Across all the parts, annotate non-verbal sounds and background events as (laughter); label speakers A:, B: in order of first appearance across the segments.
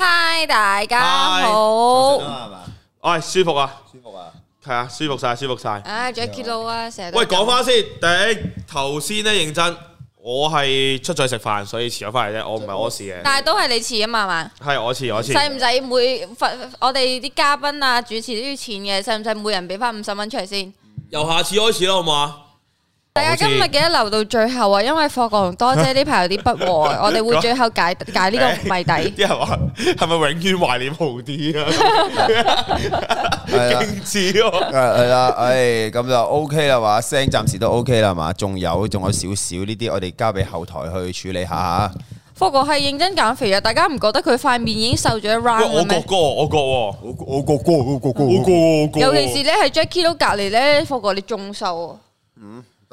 A: 嗨，大家
B: Hi，
A: 好。
B: 唉，舒服啊，
C: 舒服啊？
B: 係啊，舒服晒，舒服晒。
A: 唉 j a c k i e 佬啊，成日都
B: 喂，講翻先，頂頭先咧認真，我係出咗去食飯，所以遲咗翻嚟啫，我唔係屙屎嘅，
A: 但係都係你遲啊嘛，係嘛？
B: 係我遲我
A: 使
B: 遲
A: 唔。使每份我哋啲嘉賓啊、主持都要錢嘅？使唔使每人俾翻五十蚊出嚟先？
D: 由下次開始啦，好唔好啊？
A: 大家今日記得留到最後啊，因為霍國同多姐呢排有啲
B: (laughs)
A: 不和，我哋會最後解解呢個謎底。
B: 啲人話係咪永遠懷念豪啲啊？ (laughs) 勁似
A: (laughs)
B: 喎，
C: 係啦，係啦，唉，咁就OK啦嘛，聲暫時都OK啦嘛，仲有-仲有少少呢啲，我哋交俾後台去處理下。
A: 霍國係認真減肥啊！大家唔覺得佢塊面已經瘦咗一
B: 喂
A: round
B: 我
A: 嘅
B: 覺
A: 咩？
B: 哥，我覺喎，我
C: 好過。
B: 覺我覺喎
A: 尤其是咧喺 Jackie 佬隔離咧，霍國你仲瘦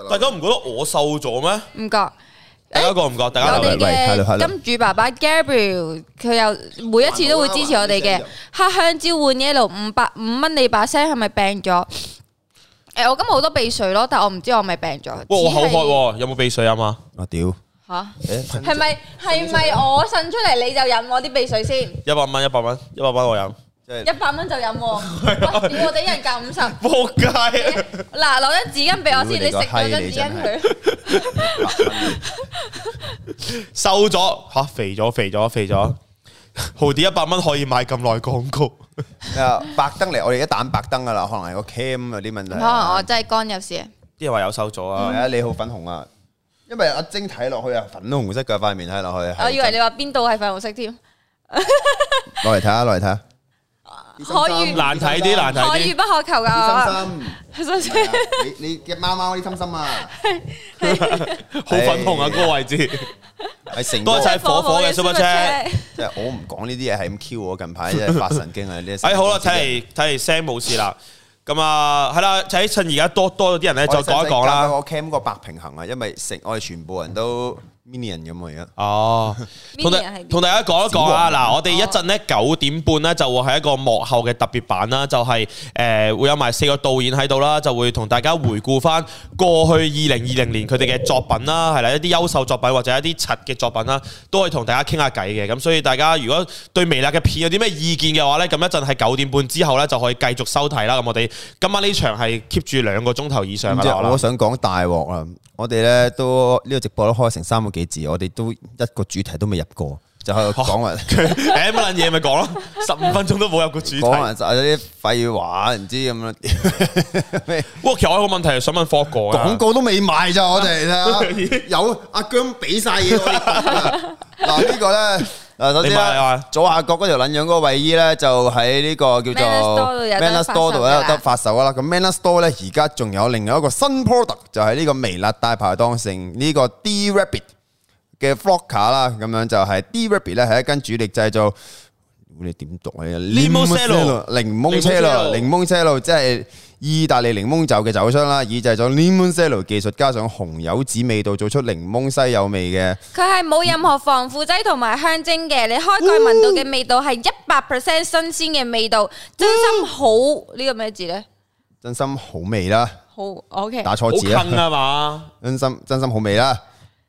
B: 大家唔覺得我瘦咗咩？
A: 喎，唔覺。
B: 大家覺唔覺？大家
A: 我
B: 留
A: 哋
B: 意
C: 喂係咯係咯
A: 嘅金主爸爸 Gabriel，佢又每一次都會支持我哋嘅黑香蕉換 yellow 五百五蚊，你把聲係咪病咗？誒，我今日好多鼻水咯，但我唔知我係咪病咗。
B: 喂，我口渴
A: 只係
B: 喎，有冇鼻水啊嘛？
C: 我屌，誒，
A: 嚇，係咪係咪我呻出嚟你就飲我啲鼻水先？
B: 一百蚊，一百蚊，一百蚊我飲。
A: 一百蚊就飲喎，喂屌我哋一人夾五十。
B: 仆街！
A: 嗱，攞張紙巾俾我先，你食咗張紙巾佢。
B: 瘦咗吓，肥咗，肥咗，肥咗。豪啲一百蚊可以買咁耐廣告，
C: 啊，白燈嚟，我哋一打白燈㗎啦，可能係個cam有啲問題。
A: 可能哦我真係肝有事。
B: 啲人話有瘦咗啊。
C: 係啊，你好粉紅啊，因為阿晶睇落去係粉紅色㗎，塊面睇落去係。
A: 我以為你話邊度係粉紅色添，
C: 落嚟睇下，落嚟睇下。
A: 可遇
B: 難睇啲，難
A: 可
B: 睇
A: 遇
B: 啲。
A: 不可求㗎。 (laughs)
C: 心心。
A: 首先。
C: 你-你嘅貓貓啲心心啊。
B: 好粉紅啊！嗰個位置，多謝火火嘅 super chat。
C: 即係我唔講呢啲嘢係咁 Q 我近
B: (laughs)
C: 排真係發神經啊！呢啲
B: 哎，好啦，睇嚟睇嚟聲冇事啦。咁啊，係啦，睇趁而家多多咗啲人咧，
C: 我
B: 再
C: 哋
B: 講一講啦
C: 使唔使夾。啊我 cam 個白平衡啊，因為成我哋全部人都 minion 咁啊，而家
B: 哦，同大
A: Minion 係邊
B: 同大家講一講啊！
C: 小
B: 嗱，我哋一陣咧九點半咧就會係一個幕後嘅特別版啦，就係、誒、會有埋四個導演喺度啦，就會同大家回顧翻過去二零二零年佢哋嘅作品啦，係啦，一啲優秀作品或者一啲柒嘅作品啦，都可以同大家傾下偈嘅。咁所以大家如果對微辣嘅片有啲咩意見嘅話咧，咁一陣係九點半之後咧就可以繼續收睇啦。咁我哋今晚呢場係 keep 住兩個鐘頭以上
C: 咁
B: 㗎
C: 即
B: 啦。我
C: 係
B: 諗
A: (laughs)
C: 啊我想講大鑊啊！我哋咧都呢個直播都開成三個幾字，我哋都一個主題都未入過，就喺度
B: (laughs)
C: 講
B: 哦
C: 話
B: 誒乜撚嘢咪講咯，十五分鐘都冇入個主題。
C: 講啊話就係啲廢話，唔知
B: (laughs)
C: 咁樣咩
B: 哇，其實我有個問題想問霍哥啊
C: 廣告都未賣
B: (laughs)
C: 咋，我哋啦，有阿姜俾晒嘢我哋講啊。嗱呢個咧，嗱首先
B: 你買
C: 啦
B: 啊，
C: 左下角嗰條撚樣嗰個衞衣咧，就喺呢個叫
A: Manner Store 度
C: 做
A: 有得
C: Manner
A: 發售
C: Store 度
A: 㗎啦
C: 有得發售啦。咁 Manner Store 咧而家仲有另外一個新 product，就係呢個微辣大排檔城呢個 D Rabbit 嘅 Flocker 啦，咁樣就係 D Rabbit 咧係一間主力製造。你點讀啊？Limoncello
B: Limoncello
C: 呃檸檬車路，檸檬車路即係意大利檸檬酒嘅酒商啦，以製咗 limoncello 技術加上紅柚子味道，做出檸檬西柚味嘅。
A: 佢係冇任何防腐劑同埋香精嘅，你開蓋聞到嘅味道係一百 percent 新鮮嘅味道，真心好呢個咩字呢？
C: 真心好味啦，
A: 好 OK，
C: 打錯字
B: 好坑
C: 啦，
B: 啊 (laughs) 嘛！
C: 真心真心好味啦。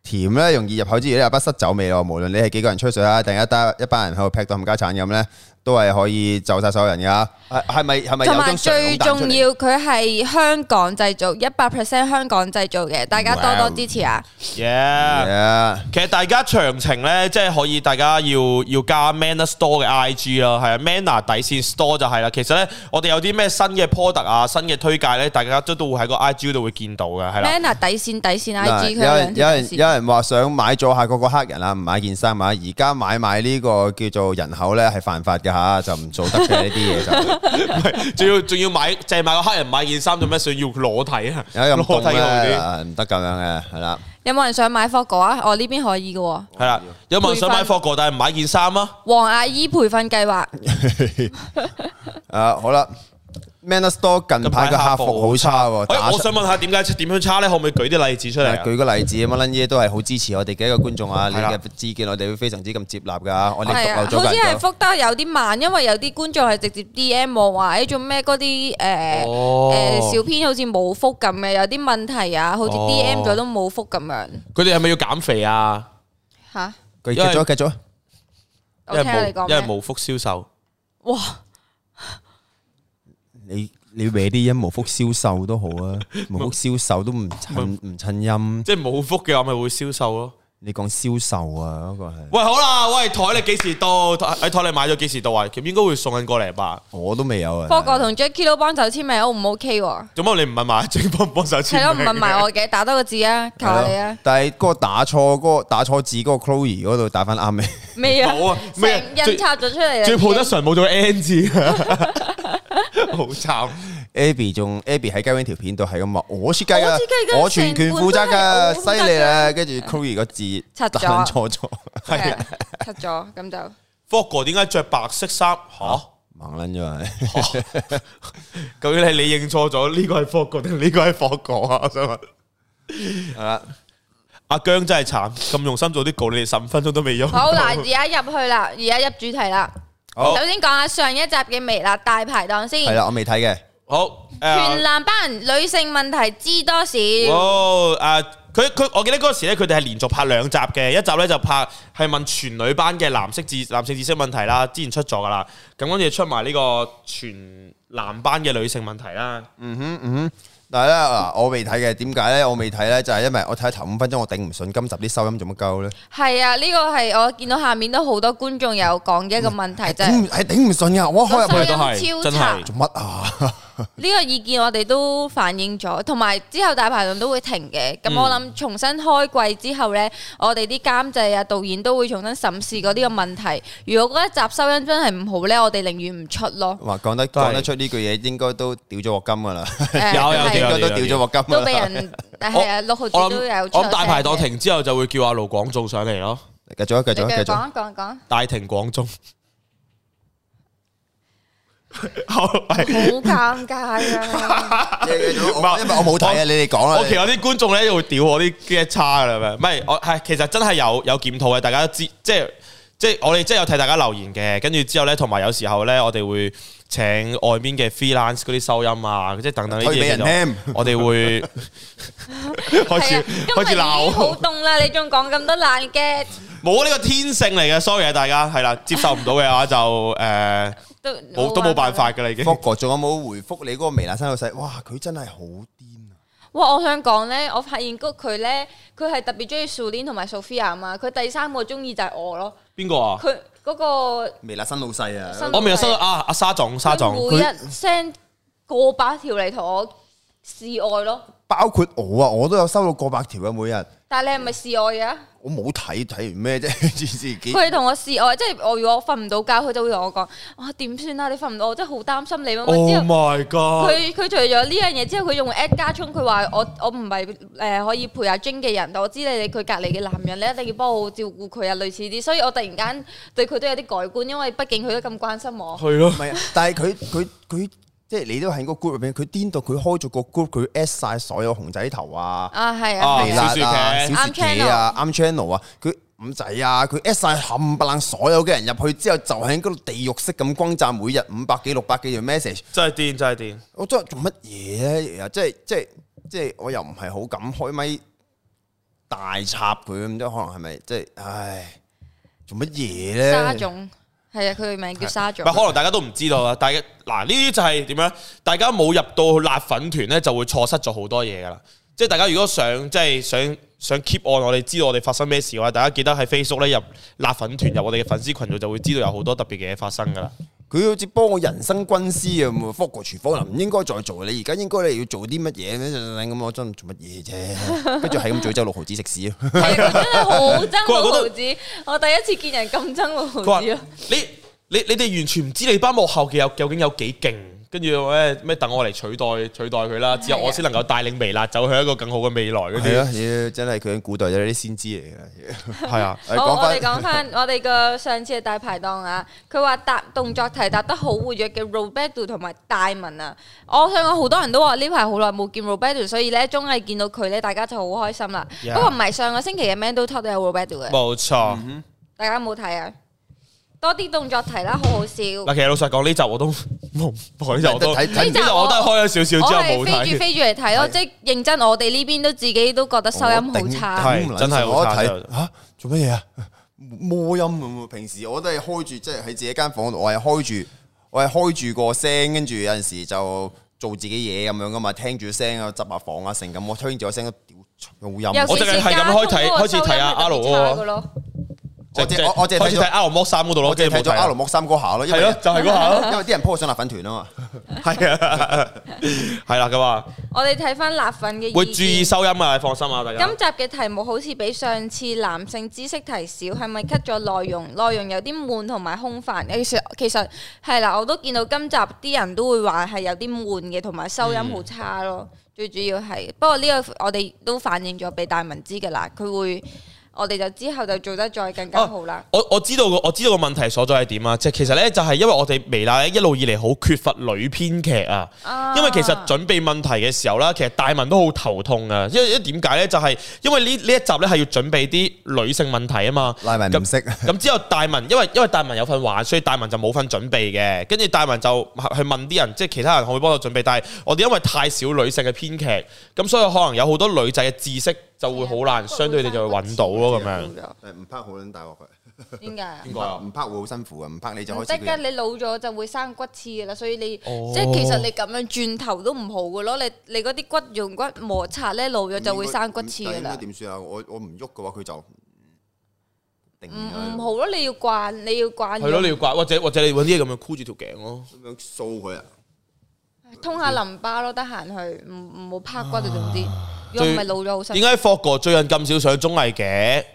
C: 甜咧，容易入口之餘咧，又不失酒味咯。無論你係幾個人吹水啊，定係一單一班人喺度劈到冚家鏟咁咧，都係可以就晒所有人噶。係係咪係咪有
A: 同埋
C: 張相
A: 最
C: 咁彈出
A: 重
C: 嚟？
A: 要佢係香港製造，一百 percent 香港製造嘅，大家多多支持啊！
B: Yeah，
C: Yeah
B: 其實大家詳情咧，即係可以大家要要加 Manner Store 嘅 IG 啦，係啊，Manner 底線 Store 就係啦。其實咧，我哋有啲咩新嘅 product 啊、新嘅推介咧，大家都都會喺個 IG 度會見到嘅，係
A: m a
B: 啦。
A: n n a 底線底線
C: 嗱
A: IG 佢
C: 有
A: 有
C: 人
A: 兩
C: 有
A: 條
C: 人
A: 底
C: 有
A: 線，
C: 人話想買咗下嗰個黑人啊，唔買件衫啊，而家買賣呢個叫做人口咧係犯法嘅吓，就唔做得嘅呢啲嘢就
B: (laughs) 仲要仲要買，淨係買個黑人買件衫做咩？想要裸體啊？ (laughs)
C: 有咁
B: 裸體好
C: 凍咧，
B: 啲。
C: 啊唔得咁樣嘅係啦。 (laughs)
A: 有冇人想買科果啊？我呢邊可以嘅喎，
B: 係啦，有冇人想買貨過但係唔買件衫啊？
A: 黃阿姨培訓計劃，
C: 啊好啦，Manner Store 近排嘅客服好差喎，
B: 哎
C: 打啊
B: 我想問下點解點樣差咧？可唔可以舉啲例子出嚟啊？
C: 舉個例子，乜撚嘢都係好支持我哋嘅一個觀眾啊！你
B: 係啦
C: 嘅意見我哋會非常之咁接納噶，我哋
A: 係啊，
C: 獨漏
A: 好
C: 咗
A: 似
C: 人
A: 係
C: 咗。
A: 覆得有啲慢，因為有啲觀眾係直接 DM 我話哎誒做咩嗰啲誒
B: 哦
A: 誒小編好似冇覆咁嘅，有啲問題啊，好似
B: 哦
A: DM 咗都冇覆咁樣
B: 佢哋係咪要減肥啊？
A: 嚇。
C: 佢繼續啊繼續啊，
A: 我
B: 因為
A: 聽下你
B: 冇
A: 講
B: 因為
A: 咩？
B: 無福消受，
A: 哇！
C: 你你搲啲音無福消受都好啊，無福消受都唔襯唔襯音。
B: 即係冇福嘅話咪會消受咯。
C: 你講消售啊，嗰個係
B: 喂，好啦，喂，台你幾時到？台喺台你買咗幾時到啊？應該會送緊過嚟吧？
C: 我都未有啊。
A: 科哥同 Jackie 都幫手簽名，O 唔 OK 喎？
B: 做乜你唔問埋正幫唔幫手簽
A: 係
B: 名？
A: 咯，唔問埋我嘅，打多個字啊，求下你啊！
C: 但係嗰個打錯嗰個打錯字嗰個 Chloe 嗰度打翻啱未？
A: 未啊
B: 冇啊，
A: 成
B: 咩啊最
A: 印插咗出嚟啦，
B: 最
A: 已經
B: production 冇咗 N 字， (laughs) 好慘。
C: (laughs) Abby 仲 Abby 喺街 v 條片度係咁話，我設計
A: 我設計
C: 噶，
A: 㗎
C: 我全權負責噶，
A: 成
C: 犀
A: 本都係我負責㗎
C: 利啦！跟住 Chloe 個字
A: 拆咗
C: 彈錯咗， (laughs)
A: 係啊，出咗咁就
B: f o g 點解着白色衫？吓，
C: 哦盲
A: (laughs)
C: 撚咗啊係。
B: 究竟係你認錯咗呢個係 f o g 定呢個係 f o g 啊？我想問。
C: 係啦，
B: 阿姜真係慘，咁用心做啲稿，你哋十五分鐘都未用。 (laughs)
A: 好嗱，而家入去啦，而家入主題啦。
C: 好
A: 首先講下上一集嘅微辣大排檔先
C: 係，啦，我未睇嘅。
B: 好，
A: 全
B: 誒，
A: 男班女性問題知多少？
B: 啊哇，誒，啊佢佢，我記得嗰時咧，佢哋係連續拍兩集嘅，一集咧就拍係問全女班嘅男色知男性知識問題啦，之前出咗噶啦，咁跟住出埋呢個全男班嘅女性問題啦。
C: 但係咧嗱，我未睇嘅，點解咧？我未睇咧，就係因為我睇頭五分鐘，我頂唔順今集啲收音做乜鳩咧？
A: 係啊，呢個係我見到下面都好多觀眾有講嘅一個問題，就係
C: 頂唔係頂唔順噶，我一開入
A: 個
C: 去
B: 都嗯係
A: 收音超
B: 真
A: 差
B: 係。
C: 做乜啊？
A: 呢個意見我哋都反映咗，同埋之後大排檔都會停嘅。
B: 嗯
A: 咁我諗重新開季之後呢，我哋啲監製啊、導演都會重新審視過呢個問題。如果嗰一集收音真係唔好呢，我哋寧願唔出咯。
C: 話講得
B: 都係
C: 講得出呢句嘢，應該都屌咗鑊金噶啦，
A: 誒
B: (laughs) 有
A: (laughs)
B: 有
A: 係
C: 應該都屌咗鑊金
A: 都俾
C: 㗎啦。
A: 人係啊，六號字
B: 我
A: 都有
B: 諗
A: 出
B: 我諗大排檔
A: 聲嘅，
B: 停之後就會叫阿盧廣仲上嚟咯，
C: 繼續啊，繼
A: 你繼
C: 續啊，
A: 續
C: 繼續啊。
A: 講講講。
B: 大庭
A: (laughs)
B: 廣眾。好，係。
A: 好尷尬啊！
C: 繼續
B: 唔係
C: 我因為我冇睇啊，
B: 我
C: 你哋講啦。
B: 我其實有啲觀眾咧會屌我啲嘅差噶啦，唔係我係其實真係有有檢討嘅，大家都知即係即係我哋真係有睇大家留言嘅，跟住之後咧，同埋有時候咧，我哋會請外面嘅 freelance 嗰啲收音啊，即係等等呢啲
C: 推俾
B: 嘢
C: 人聽
B: 就，我哋
C: (laughs)
B: 會開
A: 係
B: 始
A: 啊，今
B: 開
A: 日已
B: 始
A: 經好
B: 鬧，
A: 凍啦，你仲講咁多爛嘅，
B: 冇呢個天性嚟嘅，sorry 啊大家，係啦，接受唔到嘅
A: (laughs)
B: 話就誒
A: 都
B: 冇都冇辦法。㗎啦已經。
C: 福哥仲有冇回覆你嗰個微辣生老細？哇，佢真係好癲啊！
A: 哇！我想講咧，我發現嗰佢咧，佢係特別中意 s u l i n 同埋 Sophia 啊嘛，佢第三個中意就係我咯。
B: 邊個啊？
A: 佢嗰個
C: 微辣新老細啊，
A: 新
B: 我未有收到啊！阿沙總沙總，
A: 佢每日啊
B: 佢
A: send 過百條嚟同我示愛咯。
C: 包括我啊，我都有收到過百條啊，每日
A: 但係你係咪示愛嘅？
C: 我冇睇，睇完咩啫？ (laughs) 自己
A: 佢係同我示愛，即係我如果我瞓唔到覺，佢就會同我講：哇點算啊？你瞓唔到，我真係好擔心你乜
B: Oh
A: 乜之後。
B: my God！
A: 佢佢除咗呢樣嘢之後，佢仲 at 加聰，佢話我我唔係誒可以陪阿 Jane 嘅人，但我知你哋佢隔離嘅男人，你一定要幫我照顧佢啊，類似啲。所以我突然間對佢都有啲改觀，因為畢竟佢都咁關心我。
B: 係咯
C: 唔。係啊，但係佢佢佢即係你都喺個 group 入邊，佢癲到佢開咗個 group，佢 at 晒所有熊仔頭啊、
A: 啊，係
B: 啊
A: 啊，
C: 微
A: 係
C: 辣
A: 啊
B: 小
C: 啊、
B: 薯茄
C: 小薯茄啊、啱 channel 啊，佢五仔啊，佢 at 晒冚唪唥所有嘅人入去之後，就喺嗰度地獄式咁轟炸，每日五百幾六百幾條 message。
B: 真係癲，真係癲。
C: 我真係做乜嘢咧？又即係即係即係，我又唔係好敢開咪大插佢咁，即係可能係咪即係唉做乜嘢咧？
A: 沙總係啊，佢嘅名叫沙
B: 唔
A: 總
B: 係，。可能大家都唔知道啦。大家嗱呢啲就係點樣？大家冇入到辣粉團咧，就會錯失咗好多嘢噶啦。即係大家如果想即係想想 keep on 我哋知道我哋發生咩事嘅話，大家記得喺 Facebook 咧入辣粉團入我哋嘅粉絲群組，就會知道有好多特別嘅嘢發生噶啦。
C: 佢好似幫我人生軍師咁喎，福過廚房唔應該再做，你而家應該你要做啲乜嘢咧？咁我真係做乜嘢啫？跟住係咁咀咒六毫子食屎啊！
A: 係佢真係好憎
B: 佢話
A: 六
B: 覺
A: 毫子，我第一次見人咁憎六毫
B: 佢話
A: 子咯。啊
B: 你你你哋完全唔知你班幕後嘅有究竟有幾勁。跟住咩咩等我嚟取代取代佢啦，之後我先能夠帶領微辣走向一個更好嘅未來嗰
C: 係
B: 啲。
C: 啊，妖真係佢喺古代有啲先知嚟嘅。
B: 係
C: (laughs)
B: 啊，
C: 係
A: 好，哦我哋
C: 講
A: 講翻
C: 翻
A: 我哋個上次嘅大排檔啊，佢話答動作題答得好活躍嘅 Roberto 同埋大文啊，我想講好多人都話呢排好耐冇見 Roberto，所以咧終於見到佢咧，大家就好開心啦。
B: Yeah
A: 不過唔係上個星期嘅 Mando Talk 都有 Roberto 嘅，
B: 冇錯。
A: 大家有冇睇啊？多啲動作題啦，好好笑。
B: 嗱，其實老實講呢集我都 (laughs) 冇，呢集我都
C: 睇睇
B: (laughs) 呢集我都係開咗少少
A: 我
B: 之後冇
A: 係飛住
B: 睇。
A: 飛住嚟睇咯，即係認真，我哋呢邊都自己都覺得收音好差。
B: 係真係好
C: 我一
B: 差真
C: 睇
B: 係
C: 嚇做乜嘢啊？ (laughs) 魔音咁喎。平時我都係開住，即係喺自己間房度，我係開住，我係開住個聲，跟住有陣時就做自己嘢咁樣噶嘛，聽住聲啊，執下房啊，成咁。我聽住個聲都屌好音
A: 尤。其
B: 我淨係係咁
A: 家
B: 開睇
A: 中嗰個
B: 開始睇啊阿
A: 收音係特別
B: R 嗰個
A: 差嘅咯
C: 我
B: 即
C: 只我我只
B: 開
C: 睇
B: 始睇
C: 咗，
B: R 摩三嗰度咯，
C: 我只
B: 即係
C: 睇
B: 冇
C: 咗
B: 睇
C: 阿
B: 啊
C: 羅木三嗰下咯，因
B: 係
C: 為
B: 咯，就係嗰下
C: (laughs)
B: 咯，
C: 因為啲人 po 上辣粉團
B: (laughs)
C: 啊嘛。
B: 係啊， (laughs) 係啦，咁啊，
A: 我哋睇翻辣粉嘅
B: 會
A: 意
B: 注意
A: 見。
B: 收音啊，放心啊，大家
A: 今。集嘅題目好似比上次男性知識題少，係咪 cut 咗內容？內容有啲悶同埋空泛。其實其實係啦，我都見到今集啲人都會話係有啲悶嘅，同埋收音好差咯。最主要係，不過呢個我哋都反映咗俾大文知嘅啦，佢會我哋就之後就做得再更加好啦。
B: 我我知道個我知道個問題所在係點啊！即係其實咧，就係因為我哋微辣咧一路以嚟好缺乏女編劇啊。
A: 啊
B: 因為其實準備問題嘅時候啦，其實大文都好頭痛啊。因為因為點解咧？就係因為呢呢一集咧係要準備啲女性問題啊嘛。
C: 拉埋唔識
B: 咁之後大文，因為因為大文有份玩，所以大文就冇份準備嘅。跟住大文就去問啲人，即係其他人可唔可以幫我準備？但係我哋因為太少女性嘅編劇，咁所以可能有好多女仔嘅知識就會好難，相對你就會揾到咯咁
A: 啊
B: 樣。
C: 唔拍好撚大鑊佢。
A: 點解啊？
B: 邊個啊
C: 唔拍會好辛苦嘅，唔拍你就
A: 唔
C: 開
A: 得
C: 始
A: 噶，
C: 佢
A: 你老咗就會生骨刺噶啦，所以你、
B: 哦
A: 即係其實你咁樣轉頭都唔好噶咯，你你嗰啲骨用骨摩擦咧，老咗就會生骨刺噶
C: 但係應該
A: 啦。
C: 點算啊？我我唔喐嘅話，佢就
A: 唔唔
C: 定咗喺度
A: 嗯好咯，你要慣，你要慣
B: 係咯，
A: 用，
B: 你要刮，或者或者你揾啲嘢咁樣箍住條頸咯。
C: 咁樣掃佢啊！
A: 通下淋巴咯，得閒去，唔唔好拍骨就啊總之，如果唔
B: 啊最
A: 係老咗好辛
B: 點解霍哥最近咁少上綜藝嘅？
A: 苦。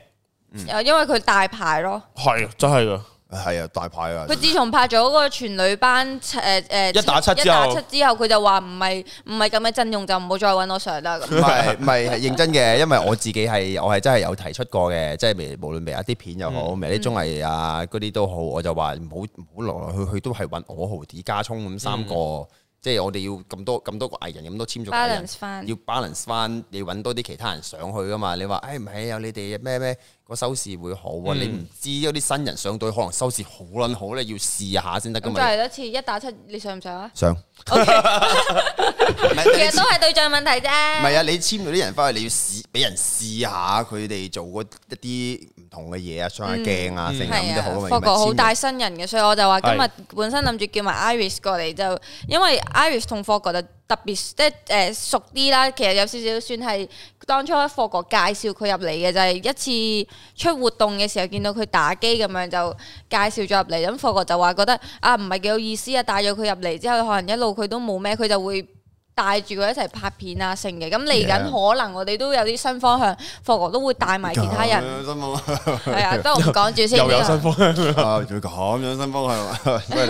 A: 嗯因為佢大牌咯，
B: 係真係噶，
C: 係啊，大牌啊！
A: 佢自從拍咗嗰個全女班誒誒
B: 嗯一打七
A: 一
B: 之後
A: 打七之後，佢就話唔係唔係咁嘅陣容就唔好再揾我上
B: (laughs)
A: 啦咁。
C: 唔係唔係係認真嘅，因為我自己係我係真係有提出過嘅，即係微無論微辣啲片又
A: 嗯
C: 好，微啲綜藝啊嗰啲都好，我就話唔好唔好來來去去都係揾我豪啲加聰咁三個，即係我哋要咁多咁多個藝人，咁多簽咗藝人
A: 嗯 Balance 返
C: 要 balance 翻，你揾多啲其他人上去噶嘛？你話哎誒唔係有你哋咩咩個收視會好啊？
A: 嗯
C: 你唔知有啲新人上到可能收視好撚好咧，要試下先得噶
A: 咁
C: 嘛
A: 就？係一次一打七，你上唔上啊？ (laughs)
C: 上
B: (laughs)
C: 唔係
A: 其實都係對象問題啫。
C: 唔係啊！你簽咗啲人翻去，你要試俾人試下佢哋做嗰一啲唔同嘅嘢啊，上下鏡啊，成咁
A: 嗯係
C: 都
A: 啊
C: 好啊嘛。
A: 霍哥好
C: 大
A: 帶新人嘅，所以我就話今
B: 係
A: 日本身諗住叫埋 Iris 過嚟，就因為 Iris 同霍哥就特別即係誒熟啲啦。其實有少少算係當初霍哥介紹佢入嚟嘅，就係、一次出活動嘅時候見到佢打機咁樣就介紹咗入嚟。咁霍哥就話覺得啊唔係幾有意思啊，帶咗佢入嚟之後，可能一路佢都冇咩，佢就會。帶住佢一齊拍片啊，成嘅咁嚟緊
C: Yeah
A: 可能我哋都有啲新方向，霍哥都會帶埋其他人，
C: 新方向
A: 係啊，都唔講住先。
B: 又
A: 呢
B: 有
A: 個
B: 新方向。
C: 啊，仲要咁樣新方向啊，
A: (laughs)
C: 犀利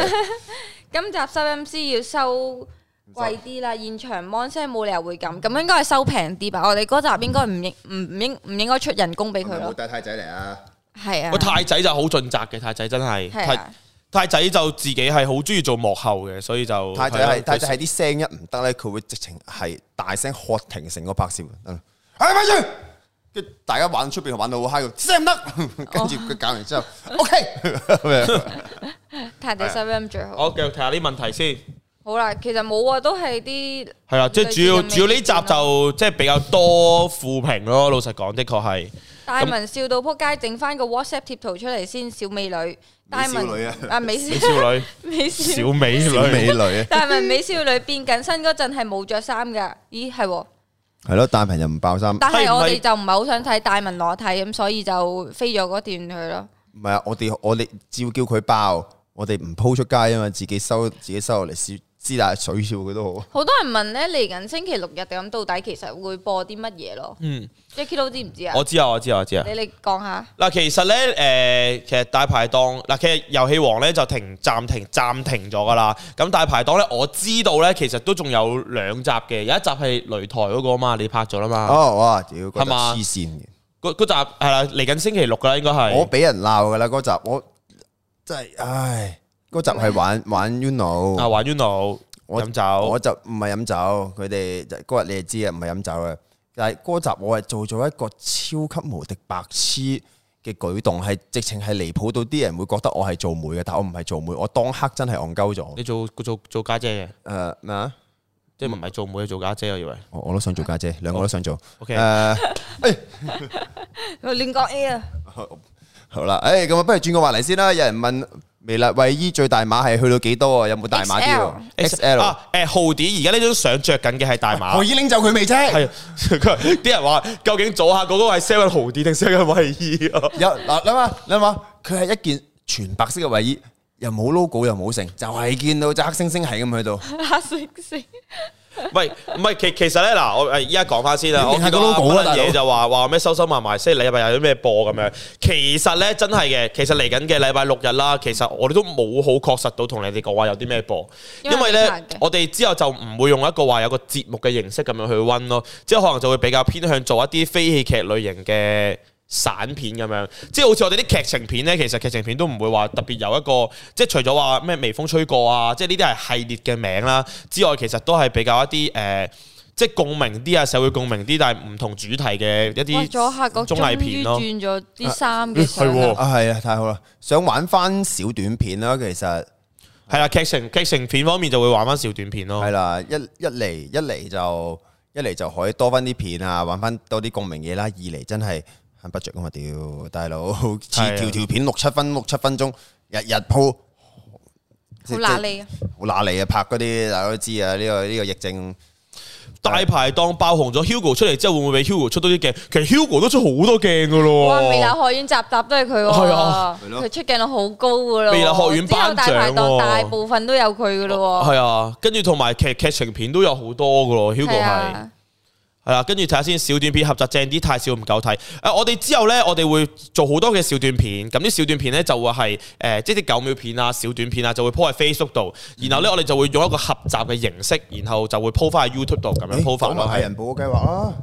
A: 今集收音師要收貴啲啦，現場 mon 聲冇理由會咁，咁應該係收平啲吧？我哋嗰集應該唔應唔唔應唔應該出人工俾佢
C: 係咪冇
A: 咯？
C: 帶太仔嚟啊！
A: 係啊
B: 我，太仔就好盡責嘅，太仔真係。
A: 係
B: 太
A: 啊，
B: 太仔就自己係好中意做幕後嘅，所以就
C: 太仔係啊
B: 係
C: 太仔係啲聲一唔得咧，佢會直情係大聲喝停成個拍攝。嗯哎，咪住！跟住大家玩出邊玩到好嗨，聲唔得。
A: 哦
C: 跟住佢搞完之後，OK 咁樣。
A: 太啊哦地收音最好。
B: 我繼續睇下啲問題先。
A: 好啦，其實冇啊，都係啲
B: 係啦，即係主要
A: 類似嘅
B: 主要呢集
A: 意見咯
B: 就即係比較多負評咯。老實講，的確係。
A: 大文笑到撲街，整翻個 WhatsApp 貼圖出嚟先，小美女。大
C: 美少女
A: 文
C: 啊
A: 啊，美
B: 美
A: 少
B: 少女，
A: (laughs) 美少
B: 小美
C: 小美
B: 女，
C: (laughs) (laughs) 女
A: 大文美少女變緊身嗰陣係冇着衫噶，咦係喎。
C: 係咯，大朋友唔爆衫。
A: 但係我
B: 係
A: 哋
B: 唔係
A: 就唔係好想睇大文裸體咁，所以就飛咗嗰段去咯。
C: 唔係啊，我哋我哋照叫佢爆，我哋唔鋪出街啊嘛，自己收自己收落嚟試知但係水笑佢都好。
A: 好多人問咧，嚟緊星期六日咁到底其實會播啲乜嘢咯？嗯，Jackie 都知唔知啊？
B: 我知啊，我知啊，我知啊
A: 你。哋講下，
B: 嗱，其實咧，誒、其實大排檔嗱，其實遊戲王咧就停暫停暫停咗噶啦。咁大排檔咧，我知道咧，其實都仲有兩集嘅，有一集係擂台嗰個啊嘛，你拍咗啦嘛。
C: 哦，哇，屌，嗰
B: 係
C: 集
B: 嘛
C: 黐線嘅，
B: 嗰嗰集係啦，嚟緊星期六噶啦，應該
C: 我
B: 係。
C: 俾人鬧噶啦嗰集，我真係唉，嗰集係玩玩 Uno，
B: 啊，玩啊 Uno
C: 我
B: 飲酒，
C: 我就唔係飲酒，佢哋就嗰日你哋知啊，唔係飲酒嘅。但係嗰集我係做咗一個超級無敵白痴嘅舉動，係直情係離譜到啲人會覺得我係做媒嘅，但我唔係做媒，我當刻真係戇鳩咗。
B: 你做做做家姐嘅，
C: 誒咩啊？
B: 即係唔係做妹做家姐，我以為。
C: 我我都想做家姐，兩個都想做。
B: OK，
C: 誒，
A: (laughs) 亂講 A 啊！
C: (laughs) 好啦，诶，咁啊，不如轉個話題先啦。有人問微辣衛衣最大碼係去到幾多啊？有冇大碼啲啊
B: XL
C: ？XL，
B: 啊，诶，浩啲而家呢張相着緊嘅係大碼。
C: 何以拎走佢未啫？
B: 係 (laughs) 佢啲人話究竟左下嗰個係 seven 豪啲定 seven 衛衣啊？
C: 有嗱，諗下諗下，佢係一件全白色嘅衛衣，又冇 logo 又冇成，就係見到隻黑猩猩係咁去到。
A: 黑色色。
B: (laughs) 喂，唔係其其實咧嗱，我誒依家講翻先啦，
C: 你
B: 我
C: 認下
B: 見
C: 個
B: 到阿
C: logo 啊
B: 乜
C: 大佬
B: 嘢就話話咩收收埋埋，星期禮拜日有啲咩播咁樣。其實咧真係嘅，其實嚟緊嘅禮拜六日啦，其實我哋都冇好確實到同你哋講話有啲咩播，
A: 因
B: 因
A: 為
B: 為
A: 未拍
B: 咧
A: 嘅
B: 我哋之後就唔會用一個話有個節目嘅形式咁樣去温咯，即係可能就會比較偏向做一啲非戲劇類型嘅。散片咁樣，即係好似我哋啲劇情片咧，其實劇情片都唔會話特別有一個，即係除咗話咩微風吹過啊，即係呢啲係系列嘅名啦之外，其實都係比較一啲誒、呃即係共鳴啲啊，社會共鳴啲，但係唔同主題嘅一
A: 哇！
B: 啲嗯
A: 左下角
B: 綜
A: 終
B: 藝
A: 於
B: 片咯。啊
A: 轉咗啲衫嘅相
B: 係喎
A: 啦，
C: 啊，係啊，太好啦！想玩翻小短片啦，其實
B: 係啦，劇情劇情片方面就會玩翻小短片咯
C: 係。啦，一一嚟一嚟就一嚟就可以多翻啲片啊，玩翻多啲共鳴嘢啦。二嚟真係慳不着噶嘛，屌大佬，
B: 係
C: 似
B: 啊
C: 條條片六七分六七分鐘，日日鋪。
A: 好辣你啊！
C: 好揦嚟啊！拍嗰啲大家都知啊，呢、個呢、個疫症
B: 大排檔爆紅咗，Hugo 出嚟之後會唔會俾 Hugo 出多啲鏡？其實 Hugo 都出好多鏡噶咯喎。
A: 哇！微辣學院集集都係佢
B: 係
A: 喎
B: 啊，
A: 佢出鏡率好高噶咯。
B: 微辣學院
A: 之後大排
B: 頒獎
A: 檔
B: 喎
A: 大部分都有佢噶咯。
B: 係啊，跟住同埋劇劇情片都有好多噶咯，Hugo 係。
A: 啊，
B: 係啦，跟住睇下先，小短片合集正啲，太少唔夠睇。誒、我哋之後呢，我哋會做好多嘅小短片，咁啲小短片呢，就會係誒、呃即係啲九秒片啊、小短片啊，就會 po 喺 Facebook 度。然後呢，我哋就會用一個合集嘅形式，然後就會 po 翻喺 YouTube 度咁樣 po 翻
C: 講
B: 落
C: 埋係
B: 去。
C: 人保嘅計劃啊！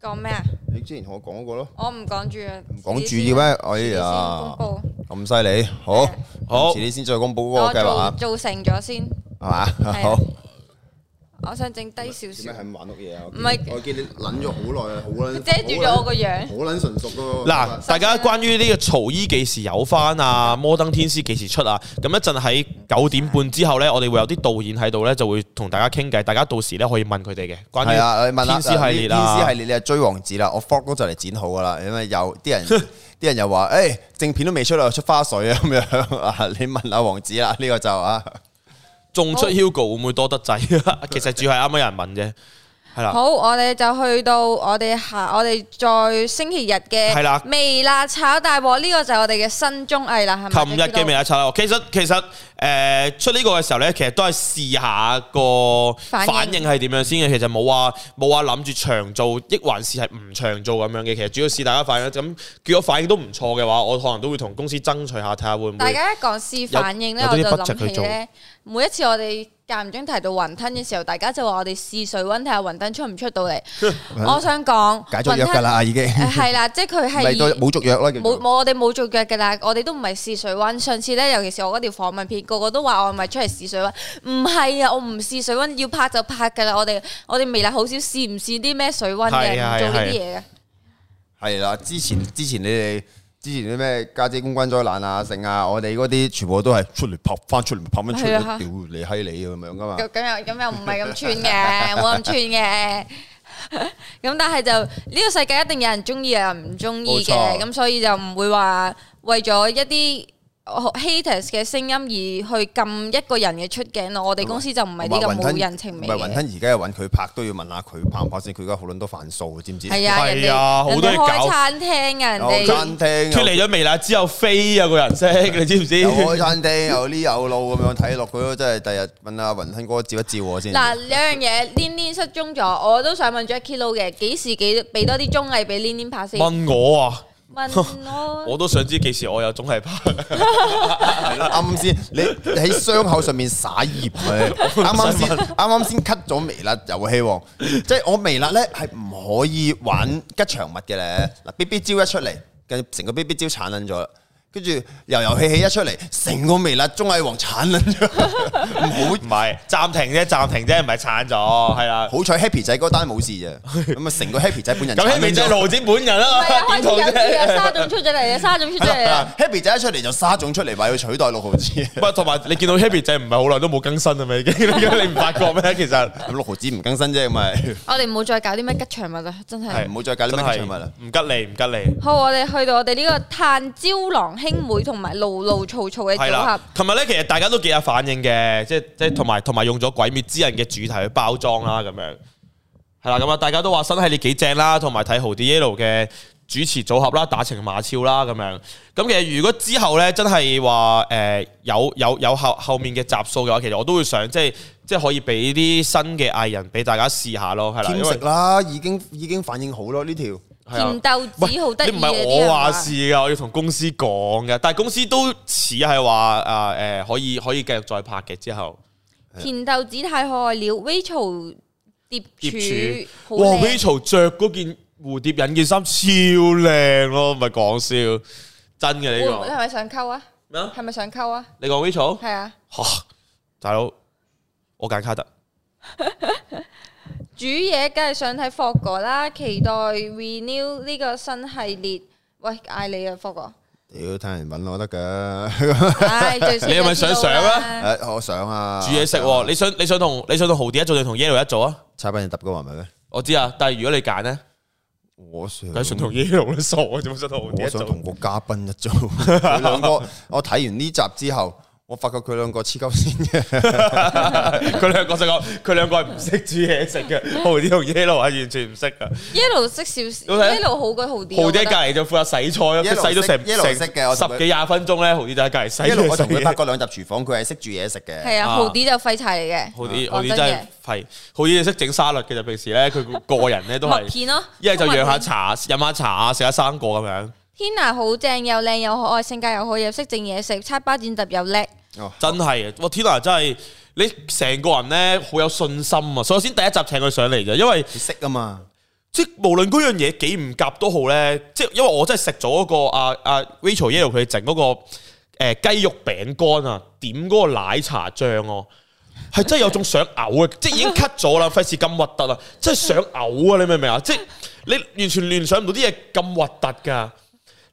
A: 講咩啊？
C: 你之前同我講過咯，
A: 我唔講住啊，
C: 唔講住
A: 遲啲
C: 嘅咩？哎
A: 先遲啲先，
C: 呀
A: 公
C: 咁犀利，好
A: 係啊
B: 好
C: 遲啲先再公佈
A: 佈，
C: 嗰個計劃
A: 我
C: 啊，
A: 做做成咗先，
C: 係嘛？
A: 啊
C: 好，
A: 我想整低少
C: 點
A: 少
C: 解，係咁玩碌嘢啊？
A: 唔係
C: 我見你撚咗好耐啊，好撚
A: 遮住咗我個樣。
C: 好撚純熟噶
B: 嗱，大家關於呢個曹衣幾時有翻啊，摩登天師幾時出啊？咁一陣喺九點半之後呢，我哋會有啲導演喺度呢，就會同大家傾偈。大家到時呢，可以問佢哋嘅關於
C: 係啊，你問
B: 天
C: 啦，
B: 師系列啊。
C: 天師系列你係追王子啦，我 Frog 都就嚟剪好噶啦，因為有啲人啲人又話，誒正片都未出啦，出花絮啊咁樣 (laughs) 啊，你問下王子啦，呢個就啊，
B: 仲出
A: 好
B: Hugo 會唔會多得滯？啊 (laughs) 其實主要係啱啱有人問啫，係啦。
A: 好，我哋就去到我哋下，我哋再星期日
B: 係啦
A: 嘅微辣炒大鑊，呢個就係我哋嘅新綜藝啦，係咪？
B: 琴日嘅微辣炒哦樓，其實其實誒、呃出呢個嘅時候咧，其實都係試下個
A: 反應
B: 反應係點樣先嘅。其實冇話冇話諗住長做，抑還是係唔長做咁樣嘅。其實主要試大家反應。咁如果反應都唔錯嘅話，我可能都會同公司爭取下，睇下會唔
A: 大
B: 會。
A: 家一講試反應咧，
B: 有
A: 我
B: 有
A: 就
B: 啲 budget
A: 諗
B: 去
A: 起
B: 做
A: 咧，每一次我哋間唔中提到雲吞嘅時候，大家就話我哋試水温，睇下雲吞出唔出到嚟。我想講
C: 解咗約㗎啦，已經
A: 雲吞，係啦，即係佢
C: 咪到
A: 係。
C: 冇續約啦，叫做
A: 冇冇，我哋冇做腳㗎啦，我哋都唔係試水温。上次咧，尤其是我嗰條訪問片，個個都話我係咪出嚟試水温？唔係啊，我唔試水温，要拍就拍㗎啦。我哋我哋微辣好少試唔試啲咩水温嘅，
B: 係
A: 唔
B: 啊
A: 做呢啲
B: 係
A: 嘢嘅。
C: 係啦，之前之前你哋之前啲咩家姐公關災難啊、剩啊，我哋嗰啲全部都係出嚟拍翻出嚟拍翻出
A: 係
C: 嚟，
A: 啊
C: 屌你閪你咁樣噶嘛。
A: 咁咁又咁又唔係咁
C: (laughs)
A: 串嘅，冇咁串嘅。咁但係就呢個世界一定有人中意，有人唔中意
C: 冇
A: 嘅，
C: 錯
A: 咁所以就唔會話為咗一啲 haters 嘅聲音而去撳一個人嘅出鏡咯。我哋公司就唔係啲咁冇人情味
C: 唔係雲
A: 嘅。
C: 吞而家要揾佢拍都要問下佢拍唔拍先，佢而家好撚多飯數，知唔知？
A: 係啊，人
B: 係啊
A: 哋
B: 好
A: 人
B: 多
A: 哋
B: 嘢搞
A: 開餐廳啊，人
C: 有餐
A: 哋
B: (laughs)
C: 廳
B: 脱離咗微辣之後飛啊個
A: (laughs)
B: 人識，你知唔
C: (laughs)
B: 知
C: 有？開餐廳，有呢有路咁樣睇落去咯，真係第日問阿雲吞哥照一照我先。
A: 嗱兩樣嘢，Lin Lin 失蹤咗，我都想問 Jackie Lou 嘅，幾時幾俾多啲綜藝俾 Lin Lin 拍先？問
B: 問我啊，
A: 我
B: 我都想知幾時我有綜藝拍。
C: 啱先，你喺傷口上面撒鹽 (laughs) 佢，啱啱先，啱啱先 cut 咗微辣遊戲喎，即係我微辣咧係唔可以玩吉祥物嘅咧。嗱，B B 招一出嚟，跟住成個 B B 招鏟撚咗啦，跟住油油氣氣一出嚟，成個微辣綜藝王鏟撚咗，唔好
B: 唔係暫停啫，暫停啫，唔係撐咗，係啦。
C: 好彩 Happy 仔嗰單冇事啫，咁啊成個 Happy 仔本人
B: 咁希面就係
C: 路
B: 盧展本人啦
A: 係啊，，開
B: 點
A: 始有
B: 同
A: 啲啊，
B: 啫？
A: 沙總出咗嚟
B: (laughs)
A: 啊，沙總出咗嚟啊，
C: Happy 仔一出嚟就沙總出嚟話要取代六毫子， (laughs)
B: 唔係同埋你見到 Happy 仔唔係好耐都冇更新啊嘛，已經你唔發覺咩？其實
C: 咁六毫子唔更新啫，咁咪
A: 我哋唔好再搞啲咩吉祥物啦，真係。
C: 唔好再搞啲
B: 真
C: 咩
B: 係
C: 唱物啦。
B: 唔吉利，唔吉利。
A: 好，我哋去到我哋呢個炭焦郎兄妹同埋露露曹曹嘅
B: 係
A: 組
B: 啦
A: 合，，
B: 琴日咧其實大家都幾有反應嘅，即係即係同埋同埋用咗《鬼滅之刃》嘅主題去包裝啦，咁樣係啦，咁啊大家都話新系列幾正啦，同埋睇豪啲 yellow 嘅主持組合啦，打情罵俏啦咁樣。咁其實如果之後咧真係話誒有有有後後面嘅集數嘅話，其實我都會想即係即係可以俾啲新嘅藝人俾大家試下咯，係啦，因
C: 添
B: 為
C: 食啦，已經已經反應好咯呢條。
B: 係啊
A: 甜豆子好得
B: 你
A: 意
B: 唔
A: 嘅
B: 係
A: 啲
B: 我話
A: 人啊話。
B: 事噶，我要同公司講嘅，但係公司都似係話啊誒，可以可以繼續再拍嘅之後。
A: 甜豆子太可愛了，Rachel 蝶
B: 蝶
A: 柱好
B: 柱，哇
A: 靚，
B: ！Rachel 着嗰件蝴蝶引件衫超靚咯，唔係講笑，真嘅
A: 會
B: 呢
A: 唔會係
B: 個。
A: 咪想溝啊？
D: 咩啊？
A: 係咪想溝啊？
B: 你講 Rachel
A: 係啊，
B: 嚇，大佬，我揀卡特，
A: 煮嘢梗係想睇霍哥啦，期待 renew 呢個新系列。喂，嗌你啊，霍
B: (laughs)
A: 哥，
C: 屌，睇人揾我得噶。 (laughs)
A: 唉，最少
B: 你係咪
A: 一
B: 想
A: 知道
B: 上
A: 啦？
C: 誒，我想啊，
B: 煮嘢食喎。你想你想同你想同豪啲一做定同 Yellow 一做啊？
C: 差班人揼嘅話咪咩？
B: 我知啊，但係如果你揀
C: (laughs)
B: 咧，
C: 我想，
B: 梗係想同 Yellow 啦，傻啊，做乜想同豪啲
C: 我
B: 一
C: 想
B: 做？
C: 同個嘉賓一組。 (laughs) 佢兩個，我睇完呢集之後，我發覺佢兩個黐鳩線
B: (laughs)
C: 嘅，
B: 佢兩個就講，佢兩個係唔識煮嘢食嘅，豪啲同 Yellow 係完全唔識噶。
A: 一路識少
B: 好睇
A: 少，
B: 啊
A: 一路好過好啲。
B: 豪
A: 我
B: 啲
A: 覺得
B: 喺隔離就負責洗菜咯，佢
C: Yellow
B: 洗咗成
C: 識 Yellow 識嘅我
B: 成
C: 同佢
B: 十幾廿分鐘咧，豪啲就喺隔離洗
C: 一路
B: 咗
C: 我
B: 成
C: 同
B: 嘢
C: 佢拍過兩集廚房，佢係識煮嘢食嘅。
A: 係啊，
B: 啊
A: 豪啲就廢柴嚟嘅，
B: 好啲，
A: 講
C: 啊
B: 好啲真係
A: 嘅
B: 係，好啲識整沙律嘅就平時咧，佢個
A: (laughs)
B: 人咧都
A: 麥
B: 係
A: 片咯，
B: 一係就
A: 中
B: 養
A: 麥
B: 下
A: 片。
B: 茶，飲下茶啊，食下生果咁樣，
A: Tina 好正，又靚又可愛，性格又好，又識整嘢食，刷巴剪揼又叻。
C: 哦
B: 真係嘅。哇！Tina 真係你成個人咧好有信心啊，所以我先第一集請佢上嚟啫，因為
C: 佢識啊嘛，
B: 即係無論嗰樣嘢幾唔夾都好咧，即係因為我真係食咗嗰個啊啊 Rachel Yellow 佢整嗰個誒呃雞肉餅乾啊，點嗰個奶茶醬哦、係真係有種想嘔啊！即係已經 cut 咗啦，費事咁核突啊！真係想嘔啊！你明唔明啊？即係你完全聯想唔到啲嘢咁核突㗎。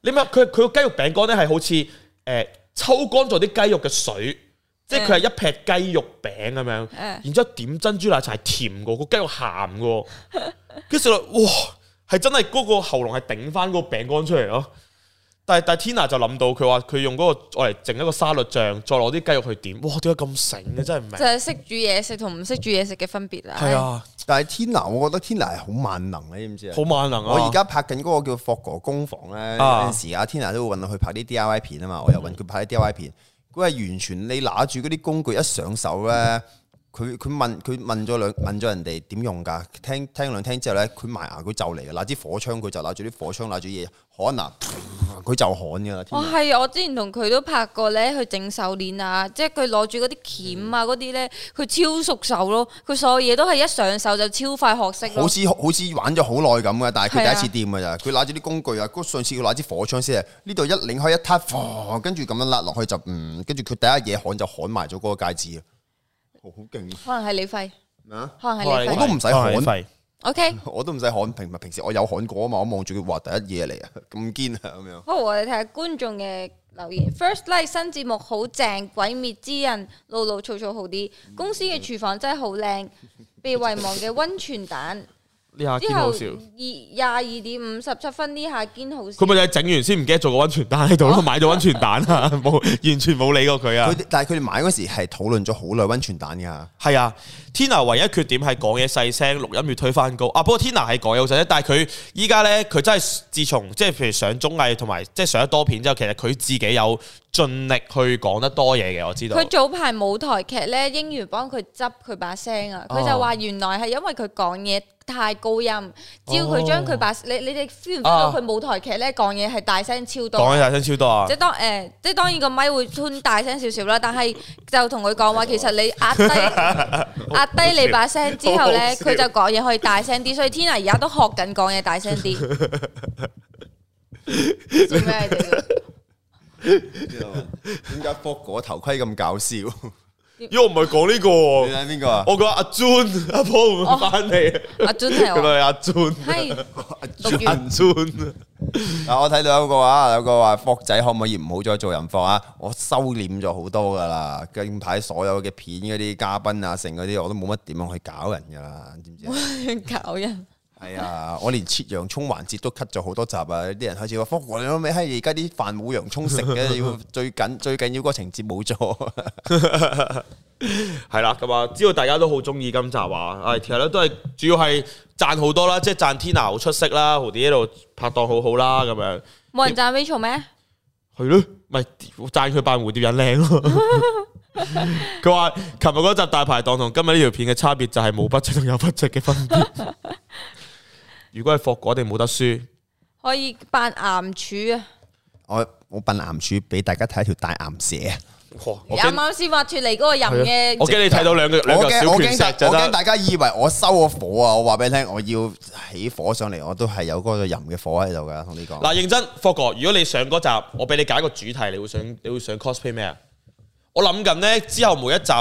B: 你明唔明佢佢個雞肉餅乾咧係好似誒、呃抽乾咗啲雞肉嘅水，即係佢係一劈雞肉餅咁樣，
A: 嗯
B: 然之後點珍珠奶茶係甜過，個雞肉鹹㗎，跟住食落哇係真係嗰個喉嚨係頂翻嗰個餅乾出嚟咯。但係但係 Tina 就諗到佢話佢用嗰、個我嚟整一個沙律醬，再攞啲雞肉去點，哇！點解咁醒
C: 嗯
B: 嘅真係唔明
A: 就。係識煮嘢食同唔識煮嘢食嘅分別啦。
B: 係，啊，
C: 但係 Tina，我覺得 Tina 係好萬能嘅，你知唔知啊？
B: 好萬能啊！
C: 我而家拍緊嗰個叫《霍哥工房》咧，有
B: 啊嗯
C: 陣時阿 Tina 都會揾我去拍啲 DIY 片啊嘛，我又揾佢拍啲 DIY 片，佢係完全你拿住嗰啲工具一上手咧，佢佢問佢問咗兩問咗人哋點用㗎，聽聽兩聽之後咧，佢埋牙佢就嚟嘅，拿支火槍佢就拿住啲火槍拿住嘢焊啊，佢就焊㗎啦。
A: 我
C: Tina
A: 係啊我之前同佢都拍過咧，去整手鏈啊，即係佢攞住嗰啲鉗
B: 嗯
A: 啊嗰啲咧，佢超熟手咯，佢所有嘢都係一上手就超快學識咯
C: 好。似好似玩咗好耐咁嘅，但係
A: 係啊
C: 佢第一次掂㗎咋，佢拿住啲工具啊，嗰上次佢拿支火槍先係啊呢度一擰開一撻，嘩跟住咁樣甩落去就嗯，跟住佢第一嘢焊就焊埋咗嗰個戒指啊，好勁啊
A: 可能係你廢，
C: 咩啊！
A: 可能係你
C: 我
A: 廢
C: 都。唔使焊
B: 可能係廢
A: OK。
C: 我都唔使焊平，平時我有焊過啊嘛，我望住佢話第一嘢嚟啊，咁堅啊咁樣。
A: 好，我哋睇下觀眾嘅留言。First Light 新節目好正，《鬼滅之刃》路路草草好啲，公司嘅廚房真係好靚，被遺忘嘅温泉蛋。
B: 呢下
A: 之
B: 堅
A: 後
B: 好笑。
A: 二廿二點五十七分呢下堅好笑
B: 佢。咪就係整完先唔記得做個温泉蛋喺度
C: (laughs)
B: 咯，買咗温泉蛋啊，冇完全冇理過佢啊
C: 佢。哋但係佢哋買嗰時係討論咗好耐温泉蛋㗎，
B: 係啊，Tina 唯一缺點係講嘢細聲，錄音要推翻高啊。不過 Tina 係講嘢好細聲，但係佢依家咧，佢真係自從即係譬如上綜藝同埋即係上得多片之後，其實佢自己有盡力去講得多嘢嘅，我知道。
A: 佢早排舞台劇咧，英語幫佢執佢把聲啊，佢就話原來係因為佢講嘢太高音，只要佢將佢把你你哋 feel 唔 feel 到
B: 哦啊
A: 佢舞台劇咧講嘢係大聲超多。
B: 講嘢大聲超多啊
A: 即！係當誒、即係當然個咪會吞大聲少少啦，但係就同佢講話，其實你壓
B: (laughs)
A: 低壓低你把聲之後
B: 好
A: 咧，
B: 好笑
A: 佢就講嘢可以大聲啲，所以 Tina 而家都學緊講嘢大聲啲。做咩啊你哋
C: 點解霍哥頭盔咁搞笑？
B: 因為我唔係講呢個 (laughs) 喎，
C: 你睇邊個啊？
B: 我講阿 Jun 阿 Paul 會唔會翻嚟，
A: 阿哦 Jun 啊係
B: 佢
A: 我，
B: 係阿 Jun，
A: 係
C: (laughs)
A: 讀
B: 阿
A: 完
B: Jun。
C: 嗱，我睇到有個話，有個話霍仔可唔可以唔好再做人霍啊？我收斂咗好多噶啦，近排所有嘅片嗰啲嘉賓啊，成嗰啲我都冇乜點樣去搞人噶啦，知唔知啊？
A: 搞人，
C: 係啊，我連切洋葱環節都 cut 咗好多集啊！啲人開始話：霍哥你老味，閪而家啲飯冇洋葱食
B: (laughs)
C: 嘅，要最緊最緊要嗰個情節冇咗。 (laughs)
B: 係啦，咁啊，知道大家都好中意今集啊，唉，其實咧都係主要係賺好多啦，即係賺 Tina 好出色啦，豪啲喺度拍檔好好啦，咁樣
A: 冇人讚 Rachel 咩？
B: 係咯，咪讚佢扮蝴蝶人靚咯。佢話：琴日嗰集大排檔同今日呢條片嘅差別就係冇筆出同有筆出嘅分別。如果係霍果，一定冇得輸。
A: 可以扮岩柱啊！
C: 我我笨岩柱俾大家睇一條大岩蛇。啊
B: 哇！我
A: 啱
B: 驚
A: 啱先挖出嚟嗰個人嘅
B: 啊我，驚你睇到兩個兩
C: 我
B: 個
C: 驚
B: 小
C: 我
B: 拳石
C: 驚
B: 就
C: 我驚
B: 得。
C: 大家以為我收咗火啊！我話俾你聽，我要起火上嚟，我都係有嗰個淫嘅火喺度噶。同你講，
B: 嗱，認真，霍哥，如果你上嗰集，我俾你揀一個主題，你會想你會想 cosplay 咩啊？我諗緊呢，之後每一集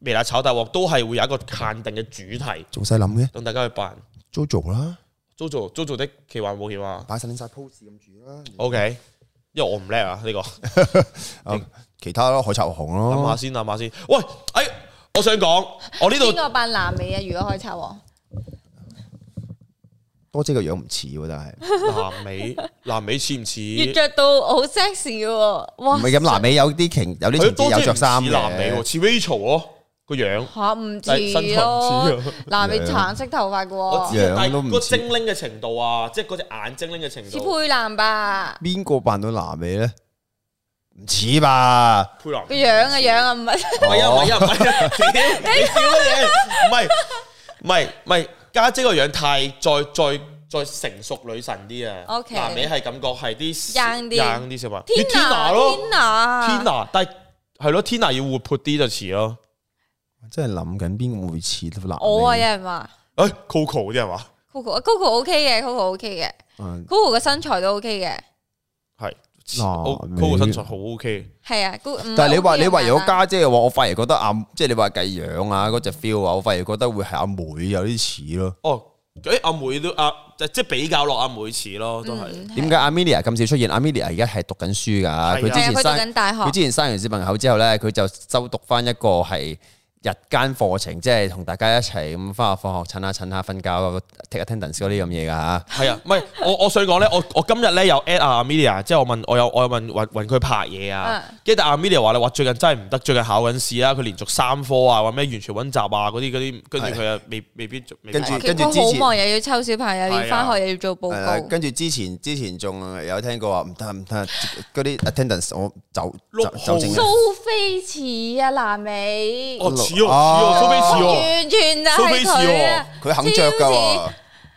B: 微辣炒大鑊都係會有一個限定嘅主題，
C: 仲使諗嘅
B: 等大家去扮。
C: ，Jojo 啦，
B: Jojo Jojo 的奇幻冒險啊
C: 擺晒晒 pose 咁住啦。
B: ！OK，因為我唔叻啊
C: (laughs)
B: 呢個。
C: 啊其他咯，海賊王
B: 諗下
C: 咯，
B: 先，諗下先。喂，哎，我想講，我呢
A: 邊
B: 度
A: 個扮南美啊？如果可以拆王，
C: 多姐個樣唔似喎，但係
B: 南美，南美似唔似？
A: 要着到好 sexy 嘅喎，哇！
C: (laughs) 唔係咁南美有啲情有啲
B: 係
C: 情節有
B: 姐
C: 着
B: 唔似
C: 衫
B: 南美
C: 嘅
B: 喎，。似 Rachel 咯個樣。
A: 吓唔
B: 但係哎身
A: 似
B: 材唔
A: 咯
B: 似啊，
A: 南美橙色頭髮嘅
B: 我
A: 喎，
B: 知啊，
C: 樣
B: 但
C: 都唔
B: 係個
C: 似
B: 精靈嘅程度啊，即係嗰隻眼精靈嘅程
A: 似
B: 度。啊
A: 佩蘭吧？
C: 邊個扮到南美咧？唔似吧？
B: 佩蘭
A: 個樣嘅樣啊，唔係
B: 唔係啊，唔係啊，唔係啊， (laughs) 屌你屌嘢，唔係唔係唔係，家姐個樣太再再再成熟女神啲啊。
A: OK
B: 南美係感覺係啲
A: Young 啲
B: ，young 啲小朋友，要
A: 啊
B: Tina 咯
A: Tina，Tina，Tina，
B: ，Tina，但係係咯，Tina 要活潑啲就似咯。
C: 我真係諗緊邊個會似南美？
A: 我啊有人話
B: 誒 Coco 啲係嘛？
A: Coco，Coco OK 嘅，Coco OK 嘅
C: 嗯
A: ，Coco 嘅身材都 OK 嘅，
B: 係
C: 南
B: ，O-
C: 美
B: Coco 身材好 OK。
A: 係啊，Coco- 唔係
C: 但係你話
A: OK 嘅
C: 你話有
A: 簡單
C: 家姐嘅話，我反而覺得阿即係你話計樣啊嗰只 feel 啊，我反而覺得會係阿妹有啲似咯。
B: 哦，誒阿妹都阿即即係比較落阿妹似咯，都
A: 嗯
B: 係。
C: 點解 Amelia 咁少出現？Amelia 而家係讀緊書㗎，佢之
A: 係啊
C: 前
A: 佢讀緊
C: 生
A: 大學
C: 佢之前生完小朋友之後咧，佢就修讀翻一個係日間課程，即係同大家一齊咁翻學放學，襯下襯下瞓覺，take attendance 嗰啲咁嘢㗎嚇。
B: 係啊，唔係我我想講咧，我我今日咧有 at 阿 Amelia，即係我問我有我有問問問佢拍嘢啊
A: 嗯，
B: 跟住但阿 Amelia 話你話最近真係唔得，最近考緊試啦，佢連續三科啊，話咩完全温習啊嗰啲嗰啲，跟住佢啊未未必未必哦
C: 跟住
A: 佢佢
C: 之
A: 好
C: 前
A: 忙，又要湊小朋友，又要
B: 啊
A: 翻學，又要做報
C: 係啦，
A: 告。
C: 跟住之前之前仲有聽過話唔得唔得，嗰啲 attendance 我走
B: 六
C: 走走正
B: 號
A: 蘇菲似啊，南美，
B: 哦似喎似
C: 哦
B: 喎，蘇菲似喎，
A: 完全就
B: 蘇
A: 係
B: 菲似
A: 佢
B: 喎
A: 啊！，
C: 佢肯着㗎
A: 超
C: 喎，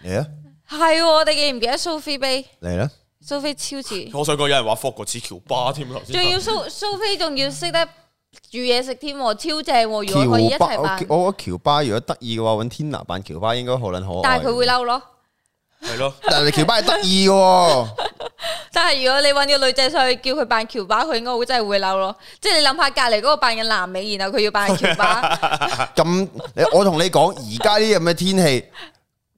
C: 嚟啊
A: 似係喎，你記唔記得蘇菲杯？
C: 嚟啦！
A: 蘇菲超
B: (laughs)
A: 似，
B: 我想講有人話霍哥似喬
A: (laughs)
B: 巴添頭先
A: 仲要蘇蘇菲仲要識得煮嘢食添喎，超正喎！如果可以一
C: 喬巴，
A: 齊
C: 我我
A: 扮
C: 覺，得喬巴如果得意嘅話，揾 Tina 扮喬巴應該好撚可愛。
A: 但係佢會，嬲
B: 哦
A: 咯。
B: 係咯，
C: 但係喬巴係得意嘅喎。
A: 但係如果你揾個女仔上去叫佢扮喬巴，佢應該會真係會嬲咯。即係你諗下隔離嗰個扮緊南美，然後佢要扮喬巴，
B: (laughs)
C: 咁你我同你講，而家呢啲咁嘅天氣，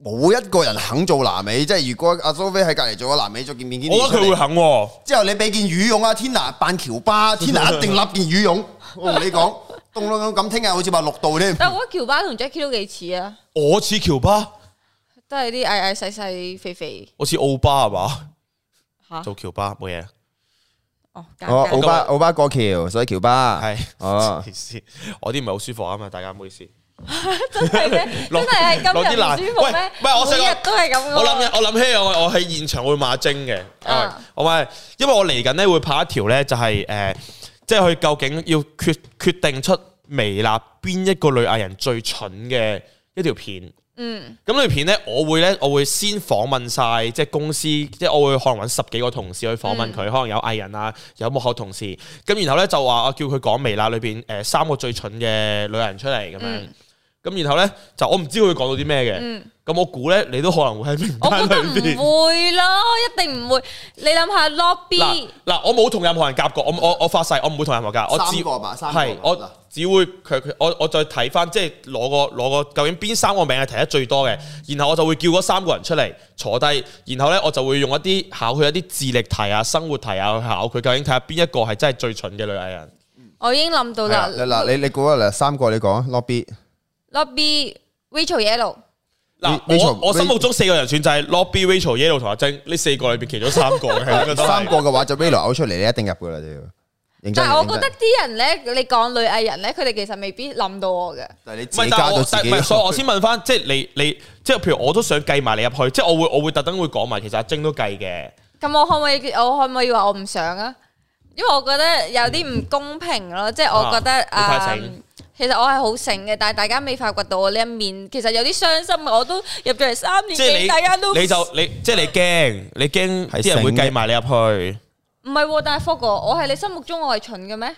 C: 冇一個人肯做南美。即係如果阿蘇菲喺隔離做個南美，做件面件，
B: 我覺得佢會肯喎。
C: 之後你俾件羽絨啊，Tina 扮喬巴
B: (laughs)
C: ，Tina 一定笠件羽絨。我同你講，凍到咁，聽日好似話六度添。
A: 但係我覺得喬巴同 Jackie 都幾似啊，
B: 我似喬巴，
A: 都係啲矮矮細細肥肥
B: 我似奧巴係嘛？
A: 嚇。
B: 做喬巴冇嘢啊。
A: 哦，
B: (laughs)
A: 尷
C: 哦，
A: 尬
C: 奧巴奧巴過橋，所以喬巴
B: 係，
C: 哦
B: 黐線我啲唔係好舒服啊嘛，大家唔好意思。
A: 真係咩？
B: 落
A: 真係係今日唔舒服
B: 落啲辣
A: 咩
B: 喂？喂我想
A: 每日都係咁嘅喎。
B: 我諗起我諗起我我喺現場會罵精嘅，
A: 啊
B: 我話因為我嚟緊咧會拍一條咧就係、誒、呃即係佢究竟要決決定出微辣邊一個女藝人最蠢嘅一條片。
A: 嗯，
B: 咁呢條片咧，我會咧，我會先訪問晒即係公司，即係我會可能揾十幾個同事去訪
A: 嗯
B: 問佢，可能有藝人啊，有幕後同事。啊呃
A: 嗯
B: 咁然後咧就話我叫佢講微辣裏邊誒三個最蠢嘅女人出嚟咁樣。咁、咁然後咧就我唔知佢會講到啲咩嘅，咁、我估咧你都可能會喺名
A: 我覺
B: 單
A: 得
B: 裏邊。
A: 唔會咯，一定唔會。你諗下 lobby
B: 嗱嗱，我冇同任何人夾過，我我我發誓我唔會同任何人夾，我只
C: 三個吧三個
B: 係我只會佢佢我我再睇翻，即係攞個攞個究竟邊三個名係提得最多嘅，然後我就會叫嗰三個人出嚟坐低，然後咧我就會用一啲考佢一啲智力題啊、生活題啊去考佢，究竟睇下邊一個係真係最蠢嘅女藝人。
A: 我已經諗到啦
C: 嗱嗱，你你估啊嗱，三個你講啊，lobby
A: ，lobby Rachel Yellow。
B: 嗱，
C: Rachel-
B: 我我心目中四個人選就係 Lobby、Rachel、Yellow 同阿晶呢四個裏邊其中三個嘅，應該都係
C: 三個嘅話就 Velo 嘔出嚟，你一定入噶啦，你要。認真
A: 但係我覺
C: 認
A: 得
C: 真
A: 啲人咧，你講女藝人咧，佢哋其實未必諗到我嘅。
C: 但係你
B: 唔
C: 自己
B: 係，
C: 加
B: 但
C: 咗
B: 我
C: 自
B: 但
C: 己
B: 唔係，所以我
C: 落去。
B: 先問翻，即係你你即係譬如我都想計埋你入去，即係我會我會特登會講埋，其實阿晶都計嘅。
A: 咁我可唔可以？我可唔可以話我唔想啊？因為我覺得有啲唔公平咯，即係我覺得
B: 啊你太
A: 啊
B: 醒。
A: 其實我係好醒嘅，但係大家未發掘到我呢一面，其實有啲傷心嘅。我都入咗嚟三年
B: 即係
A: 幾，
B: 你
A: 大家都唔
B: 你就你即係你驚，你驚
C: 係
B: 啲人會計埋你入去。
A: 唔係喎。但係福哥，我係你心目中我係蠢嘅咩？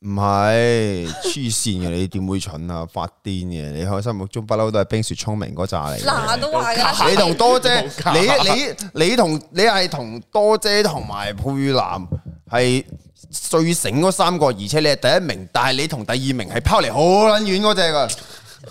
C: 唔係黐線嘅，你點會蠢啊？發癲嘅，你喺心目中不嬲都係冰雪聰明嗰扎嚟嘅。
A: 嗱都話㗎，
C: 你同多姐，
B: 假
C: 你你你同你係同多姐同埋佩蘭係最醒嗰三個，而且你係第一名，但係你同第二名係拋離好撚遠嗰只噶。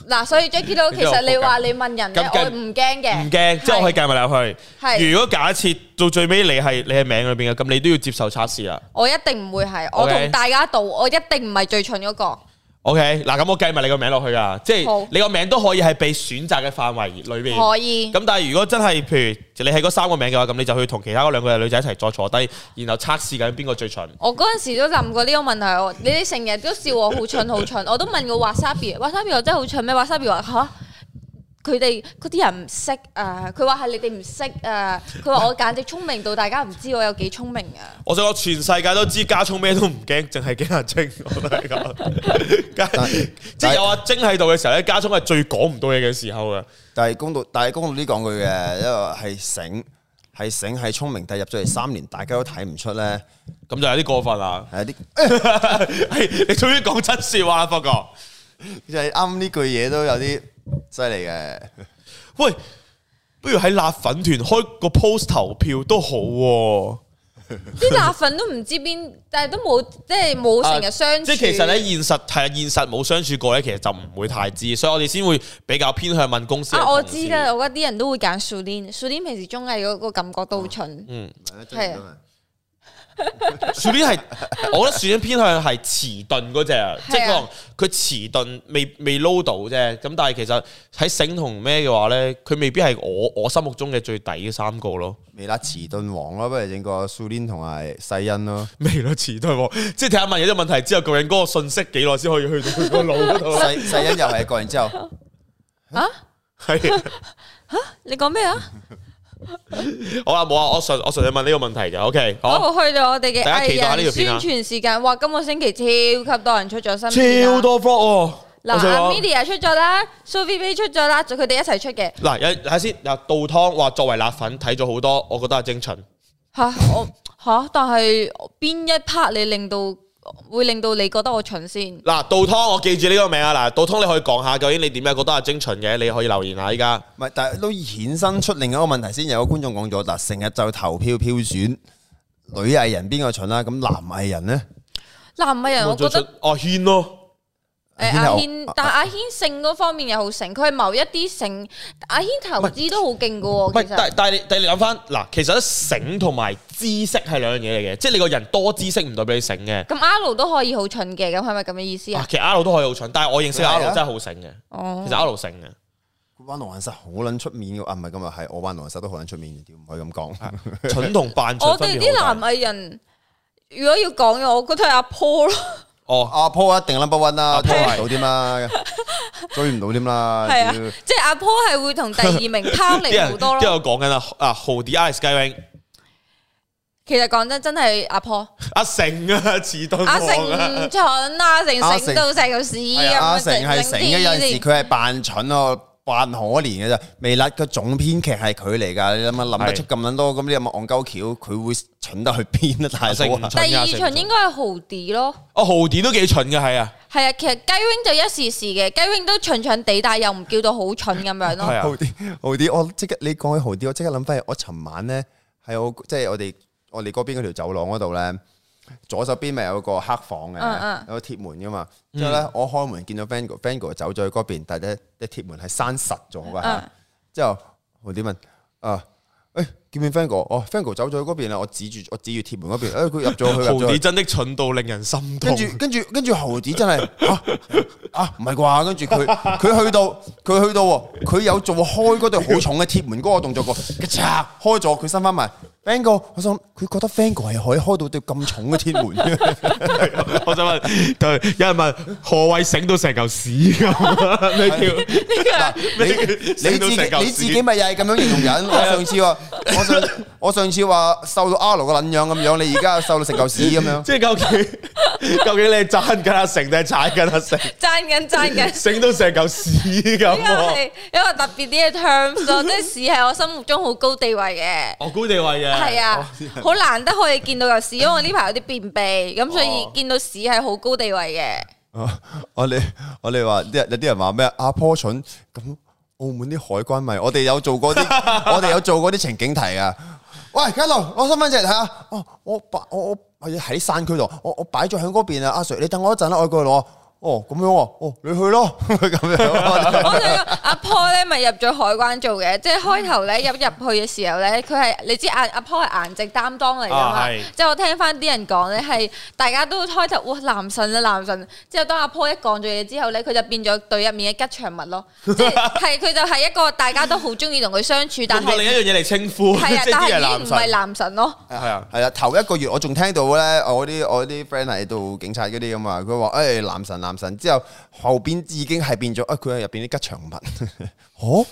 A: 嗱，所以 Jackie 都其實你話你問人咧
B: 咁，
A: 我
B: 計
A: 唔驚嘅，
B: 唔驚，即係我可以計埋你入去。
A: 係
B: 如果假設到最尾你係你係名裏邊嘅，咁你都要接受測試啦。
A: 我一定唔會係，我
B: OK
A: 同大家道，我一定唔係最蠢嗰個。
B: OK，嗱咁我計埋你個名落去噶，即係
A: 好
B: 你個名都可以係被選擇嘅範圍裏邊。
A: 可以
B: 咁但係如果真係譬如你係嗰三個名嘅話，咁你就去同其他嗰兩個女仔一齊再坐低，然後測試緊邊個最蠢。
A: 我嗰陣時都諗過呢個問題，我你哋成日都笑我好蠢好
B: (laughs)
A: 蠢，我都問過 Wasabi，Wasabi 我真係好蠢咩？Wasabi 話吓，佢哋嗰啲人唔識啊，佢話係你哋唔識啊，佢話我簡直聰明到大家唔知我有幾聰明
B: (laughs)
A: 啊！
B: 我想講全世界都知加聰咩都唔驚，淨係驚阿晶。我都係講，加即係有阿晶喺度嘅時候咧，加聰係最講唔到嘢嘅時候嘅。啊
C: 但係公道，但係公道啲講句嘅，因為係醒，係醒係聰明，但係入咗嚟三年，大家都睇唔出咧，。
B: 咁就有啲過分啦
C: 係啲
B: 係你終於講真説話啦，發覺。
C: 就係啱呢句嘢都有啲犀利嘅。
B: 喂，不如喺辣粉團開個 post 投票都好喎、
A: 啲辣粉都唔知邊，但係都冇即係冇成日相處。
B: 即係其實咧，現實係啊，現實冇相處過咧，其實就唔會太知，所以我哋先會比較偏向問公司嘅
A: 啊，我
B: 同
A: 知
B: 事
A: 㗎，我覺得啲人都會揀 Sulin，Sulin 平時綜藝嗰個感覺都好蠢。係啊
B: 樹邊係， (laughs) 我覺得樹邊偏向係遲鈍嗰
A: 啊
B: 啊只，即係可能佢遲鈍未未撈到啫。咁但係其實喺醒同咩嘅話咧，佢未必係我我心目中嘅最底嘅三個咯。
C: 未啦，遲鈍王咯，不如整個蘇蓮同埋世恩咯。
B: (laughs)
A: (laughs)
B: 未咯，遲鈍喎，即係睇下問有啲問題之後，究竟嗰個信息幾耐先可以去到佢個腦 (laughs) 嗰度？
C: 世世恩又係過完之後，
B: 係
A: 你講咩啊？
B: 好啦，冇啊，我純我純粹問呢個問題就 OK，好，
A: 好，去到我哋嘅
B: 大家期待下
A: 藝
B: 呢條
A: 人
B: 片
A: 宣
B: 啊
A: 傳時間，哇！今個星期超級多人出咗新片啊
B: 超多哦 f l o
A: 嗱，Media
B: 啊
A: 出咗啦，Sophie Bay 出咗啦，佢哋一齊出嘅
B: 嗱，有睇下先，嗱，杜湯話作為辣粉睇咗好多，我覺得係精蠢。
A: 吓，我吓，但係邊一 part 你令到會令到你覺得我蠢先？
B: 嗱，杜湯，我記住呢個名啊！嗱，杜湯你可以講下究竟你點解覺得阿精蠢嘅？你可以留言下依家。
C: 唔係，但係都衍生出另一個問題先。有個觀眾講咗嗱，成日就投票票選女藝人邊個蠢啦，咁男藝人咧，
A: 嗱，唔係啊人，我覺得
B: 阿哦軒咯，
A: 誒
C: 阿
A: 阿
C: 軒
A: 軒
C: 又，
A: 但
B: 啊
A: 阿軒性嗰方面又好醒，佢係某一啲性，阿軒投資都好勁
B: 唔
A: 㗎喎，
B: 係
A: 其
B: 但
A: 實
B: 但係你但係你諗翻嗱，其實咧醒同埋知識係兩樣嘢嚟嘅，即係你個人多知識唔代表你醒嘅。
A: 咁阿盧都可以好蠢嘅，咁係咪咁嘅意思
B: 啊
A: 啊？
B: 其實阿盧都可以好蠢，但係我認識嘅阿
C: 係啊
B: 盧真係好醒嘅。
A: 哦
B: 其實，阿盧醒嘅，
C: 灣羅蘭實好撚出面嘅，啊唔係咁啊，係我灣羅蘭實都好撚出面嘅，屌唔可以咁
A: (laughs) 啊
C: 講。
B: 蠢同扮蠢
A: 我
B: 啊分
A: 哋
B: 別
A: 啲
B: 好
A: 男
B: 大。
A: 藝人，如果要講嘅，我覺得係阿 Paul 咯。
B: 哦，
C: 阿啊 Paul 一定 number one 啦，
A: 啊
B: 阿
C: 追
B: Paul
C: 唔到添啦，追唔到添
A: (laughs)
C: 啦。
A: 係啊
C: 屌，
A: 即係阿 Paul 係會同第二名拋
B: 啲
A: 離
C: (laughs)
B: 人
A: 好
B: 啲
A: 多
B: 人
A: 咯。
B: 講緊啊啊豪啲 Alex Skywing，
A: 其實講真，真係阿 Paul、
B: 阿成啊，遲鈍
C: (laughs)
A: 阿成
B: 王啊
A: 唔蠢啊，阿成
C: 阿
A: 醒到成嚿屎
C: 係啊
A: 咁
C: 阿成係
A: 樣
C: 醒嘅，有陣時佢係扮蠢咯，還可憐嘅啫。微辣嘅總編劇係佢嚟㗎，你諗下諗得
B: 係
C: 出咁撚多，咁你有冇戇鳩橋？佢會蠢得去邊啊，大佬啊
B: 成！
A: 第二巡應該係豪啲咯。
B: 哦，豪典都幾蠢嘅，係啊，
A: 係啊，其實雞 wing 就一時時嘅，雞 wing 都蠢蠢地，但係又唔叫到好蠢咁樣
B: 係
A: 咯。
B: 啊
C: 豪啲，豪啲，我即刻你講起豪啲，我即刻諗翻起我尋晚咧喺我即係我哋我哋嗰邊嗰條走廊嗰度咧，左手邊咪有個黑房嘅
A: 嗯嗯，
C: 有個鐵門噶嘛。之後咧，我開門見到 Van g o v a n g o 走咗去嗰邊，但係咧啲鐵門係閂實咗噶
A: 嗯
C: 嚇。之後豪啲問啊。誒見面 Fango，哦 Fango 走咗去嗰邊啦，我指住我指住鐵門嗰邊，誒佢入咗去，
B: 豪
C: 入咗去
B: 典真的蠢到令人心
C: 跟
B: 痛。
C: 住跟住跟住猴子真係 (laughs) 啊啊唔係啩？跟住佢佢去到佢去到喎，佢有做開嗰對好重嘅鐵門嗰個動作個，咔嚓開咗佢伸翻埋。Van 哥，我想佢覺得 Van 哥係可以開到對咁重嘅鐵門
B: (laughs)
C: 嘅，
B: (laughs) 我想問，對有人問何謂醒到成嚿屎
C: (laughs)
B: 咁？你叫
C: 你你自
B: 醒到成
C: 己
B: 嚿
C: 你自
B: 屎
C: 己咪又係咁樣形
B: (laughs)
C: 容人。我上次話我上我上次話瘦到 R 個撚樣咁樣，你而家瘦到成嚿屎咁樣。
B: 即係究竟 (laughs) 究竟你係爭緊阿成定係踩緊阿成？
A: 爭
C: (laughs)
A: 緊爭緊。
B: 醒到成嚿屎
A: 呢
B: 咁
A: 個
B: 喎！
A: 係一個特別啲嘅 terms
C: (laughs)
A: 咯，即係屎係我心目中好高地位嘅。
B: 我高地位嘅，
A: 係啊，好難得可以見到有屎，因為我呢排有啲便秘，咁所
C: 哦
A: 以見到屎係好高地位嘅。
C: (laughs) 我哋我哋話啲人有啲人話咩阿坡蠢咁，澳門啲海關咪我哋有做過啲，我哋有做過啲情景題啊。喂，家樂，我身份證睇下，哦，我擺我我係喺山區度，我我擺咗喺嗰邊啊，阿 Sir，你等我一陣啦，我過去攞。哦，咁樣喎，哦，你去咯， (laughs) 咁樣。
A: 我想講阿 Paul 咧咪入咗海關做嘅，即係開頭
B: 嗯
A: 咧入入去嘅時候咧，佢係你知阿阿 Paul 係顏值擔當嚟㗎
B: 啊
A: 嘛
B: 係，
A: 即係我聽翻啲人講咧係大家都開頭哇男神啊男神，之後當阿 Paul 一講咗嘢之後咧，佢就變咗隊入面嘅吉祥物
B: (laughs)
A: 咯，即係係佢就係一個大家都好中意同佢相處，但
B: 用過另一
A: 係
B: 樣嘢嚟稱呼， (laughs) 即
A: 係啊，
B: 係
A: 但
B: 啲
A: 係
B: 人
A: 已經
B: 男
A: 唔
B: 神
A: 係。男神咯。
B: 係啊，
C: (laughs) 係啦，頭一個月我仲聽到咧，我啲我啲 friend 係做警察嗰啲咁啊，佢話誒男神男神，之後後邊已經係變咗，啊佢係入邊啲吉祥 (laughs) 物，哦。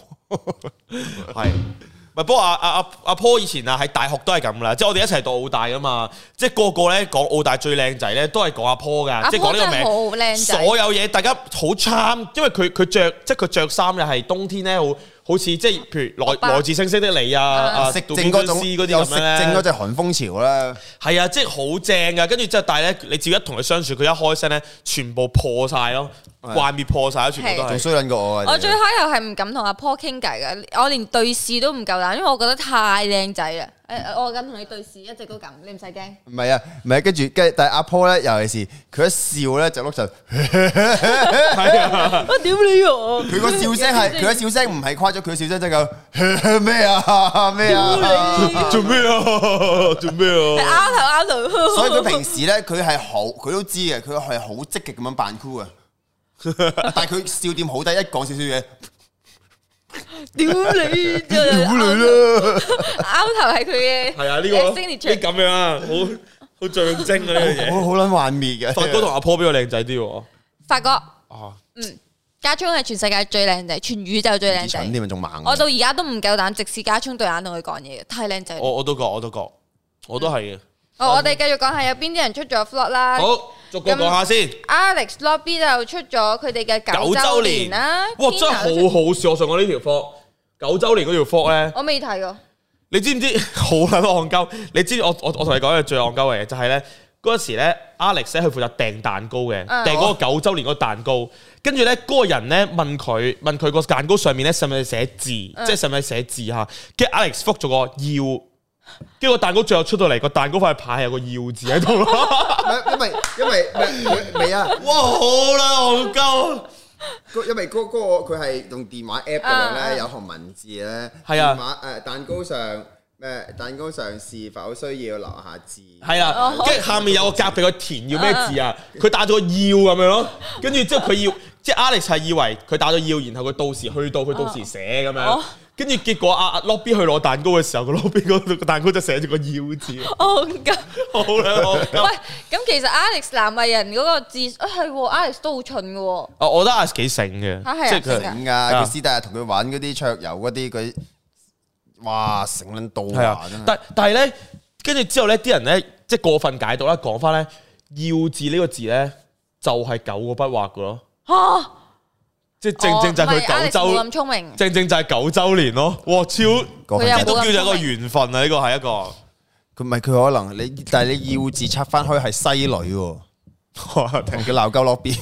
B: 係。唔係，不過阿阿阿阿 Paul 以前啊喺大學都係咁啦，即係我哋一齊讀澳大噶嘛，即係個個咧講澳大最靚仔咧都係講阿 Paul 噶，
A: 阿
B: 即係講
A: Paul
B: 呢個
A: 真係
B: 名。
A: 好靚仔，
B: 所有嘢大家好 charm，因為佢佢著即係佢着衫又係冬天咧，好好似即係譬如來
A: 白
B: 來自星星的你啊，啊
C: 食
B: 杜
C: 正嗰種，
B: 邊嗰啲
C: 有
B: 咁
C: 食
B: 樣
C: 正
B: 咧
C: 嗰隻韓風潮啦，
B: 係啊，即係好正噶，跟住之後，但係咧，你只要一同佢相處，佢一開聲咧，全部破晒咯，幻滅破晒咯，全部都
C: 仲
B: 係。
C: 衰撚過我啊。
A: 我最開頭係唔敢同阿 Paul 傾偈嘅，我連對視都唔夠膽，因為我覺得太靚仔啦。誒、我咁同你對視，一直都咁，你唔使驚。
C: 唔係啊，唔係啊跟住跟住，但係阿 Paul 咧，尤其是佢一笑咧就碌就，佢
B: 係啊，
A: 我屌你我！
C: 個笑聲
A: (laughs)
C: 係佢嘅笑聲唔係誇張，佢嘅笑聲真係咁 (laughs) 咩啊咩啊，
B: 做咩啊？ (laughs) 做咩啊？
A: 拗頭拗頭。
C: (laughs) 所以佢平時咧佢係好，佢都知嘅，佢係好積極咁樣扮 cool
B: (laughs)
C: 啊。但係佢笑點好低，一講少少嘢，
A: (laughs) 屌你就
C: (laughs) 屌你啦！
A: 拗頭係佢嘅
B: 係啊，呢個呢
A: signature
B: 咁樣啊，好好象徵啊呢樣
C: 我
B: 嘢。
C: (laughs) 好撚幻滅嘅。
B: (laughs) 發哥同阿 Paul 比較靚仔啲喎。
A: 發覺
B: 啊，
A: 嗯，家聰係全世界最靚仔，全宇宙最靚
C: 蠢
A: 仔。
C: 啲咪啊仲猛。
A: 我到而家都唔夠膽直視家聰對眼同佢講嘢嘅，太靚仔。
B: 我我都覺，我都覺，我都係嘅。
A: 我我哋繼續講下有邊啲人出咗 flop 啦。
B: 哦好，逐個講下先。
A: Alex Lobby 就出咗佢哋嘅
B: 九
A: 九
B: 周
A: 周
B: 年
A: 年啦。
B: 哇，真係
A: Tina
B: 好好笑！我上過呢條科九周年嗰條科咧。
A: 我未睇過，
B: 你知唔知 (laughs) 好撚戇鳩？你知唔知我我我同你講嘅最戇鳩嘅嘢就係咧嗰陣時咧，Alex 咧佢負責訂蛋糕嘅，
A: 嗯
B: 訂嗰個九週年嗰個蛋糕。跟住咧，嗰個人咧問佢問佢個蛋糕上面咧使唔使寫字，即係使唔使寫字嚇？跟住 Alex 覆咗個要，跟住個蛋糕最後出到嚟個蛋糕塊牌係有個要字喺度咯。
C: 因為因為因為未啊。
B: (laughs) 哇！好撚戇鳩。啊
C: 嗰因為嗰嗰個佢係用電話 app 咁樣
A: 啊
C: 咧，有行文字咧，
B: 係啊
C: 電話誒蛋糕上誒蛋糕上是否需要留下字？
A: 哦
B: 係啊啦，跟住下面有個格俾佢填要咩字啊，佢打咗個要咁樣咯，跟住之後佢要， (laughs) 即係 Alex 係以為佢打咗要，然後佢到時去到佢到時寫咁樣
A: 哦，
B: 跟住結果阿阿 Lobby 去攞蛋糕嘅時候，個 Lobby 嗰度個蛋糕就寫住個要字， (laughs)
A: 我唔夠。
B: 好啦，我
A: 喂，咁其實 Alex 南藝人嗰個字啊係喎，Alex 都好蠢嘅喎。
B: 啊我覺得 Alex 幾醒嘅
A: 啊係，啊
B: 即係
A: 醒㗎
B: 佢
C: 咁
B: 啊
C: 噶，佢師弟同佢玩嗰啲桌遊嗰啲，佢哇成撚到
B: 係啊
C: 牙真，係。
B: 但但係咧，跟住之後咧，啲人咧即係過分解讀啦，講翻咧要字呢個字咧就係九個筆畫嘅咯。
A: 嚇哦
B: 即係正正就係佢九
A: 唔係，Alex 冇
B: 周
A: 咁，聰明，
B: 正正就係九周年咯。哇，超即
C: 過分
A: 佢
B: 係
A: 有
B: 都叫做
A: 冇
B: 一
A: 咁聰
B: 個
A: 明
B: 緣分啊！呢個係一個。
C: 佢唔係佢可能你，但係你要字拆翻開係西女喎， (laughs) 同佢鬧交落
B: (laughs)
C: 邊。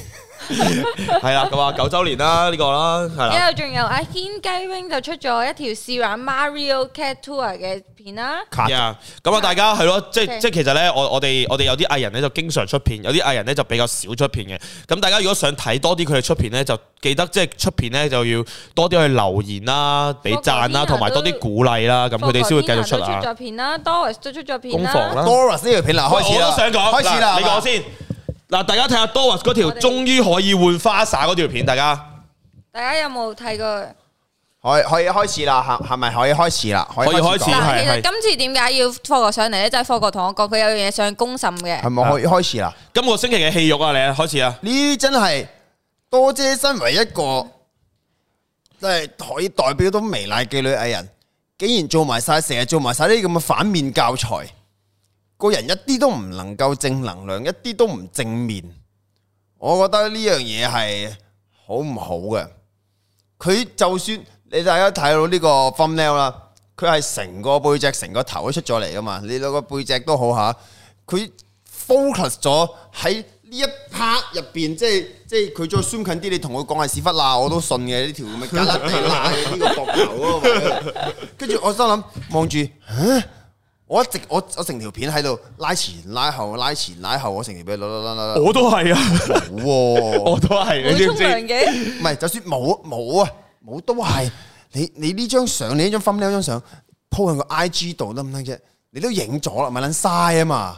B: 系啦，咁啊九周年啦呢個啦，係
A: 之
B: 啦，
A: 後仲有阿軒雞 wing 就出咗一條試玩 Mario Cat Tour 嘅片啦，
B: Yeah，咁啊大家係咯，即
A: Okay
B: 即其實咧，我我哋我哋有啲藝人咧就經常出片，有啲藝人咧就比較少出片嘅。咁大家如果想睇多啲佢哋出片咧，就記得即係出片咧就要多啲去留言啦、俾
A: 霍格
B: 讚啦，
A: 天啊
B: 同埋多啲鼓勵啦，咁佢哋先會繼續出
A: 都出
B: 啊。
A: 咗片啦，Doris 都出咗片
B: 攻
A: 啦，
B: 防啦
C: Doris 呢條片嗱
B: 喂
C: 開始啦，
B: 我都想講，
C: 開始啦，
B: 嗱你講先。嗱，大家睇下 Doris 嗰條
A: 我哋
B: 終於可以換花灑嗰條片，大家
A: 大家有冇睇過？
B: 嗯
C: 可以可以開始啦，係係咪可以開始啦？可
B: 可以開始
C: 講
B: 係
A: 嗱，其
B: 係
A: 實今次點解要霍哥上嚟咧？就係霍哥同我講，佢有樣嘢想公審嘅
C: 係。咪可以開始啦？
B: 今個星期嘅戲肉啊，你啊開始啊！
C: 呢啲真係多姐身為一個即係可以代表到微辣嘅女藝人，竟然做埋晒成日做埋晒呢啲咁嘅反面教材，個人一啲都唔能夠正能量，一啲都唔正面。我覺得呢樣嘢係好唔好嘅。佢就算你大家睇到呢個 thumbnail 啦，佢係成個背脊、成個頭都出咗嚟噶嘛，你兩個背脊都好吓，佢 focus 咗喺呢一 part 入邊，即係即係佢再 zoom 近啲，你同佢講係屎忽罅，我都信嘅呢條咁嘅格粒地罅嘅呢個膊頭嗰個位跟住我心諗望住，吓我一直我我成條片喺度拉前拉後拉前拉後，我成條片拉拉拉拉拉，
B: 我都係啊，
C: 冇喎
B: 我都係，你
A: 會
B: 知
A: 哦沖
B: 唔知？
A: 涼嘅，
C: 唔係，就算冇冇啊，冇都係你你呢張相，你呢張 f 呢張相 po 喺個 I G 度得唔得啫？你都影咗啦，咪撚嘥啊嘛！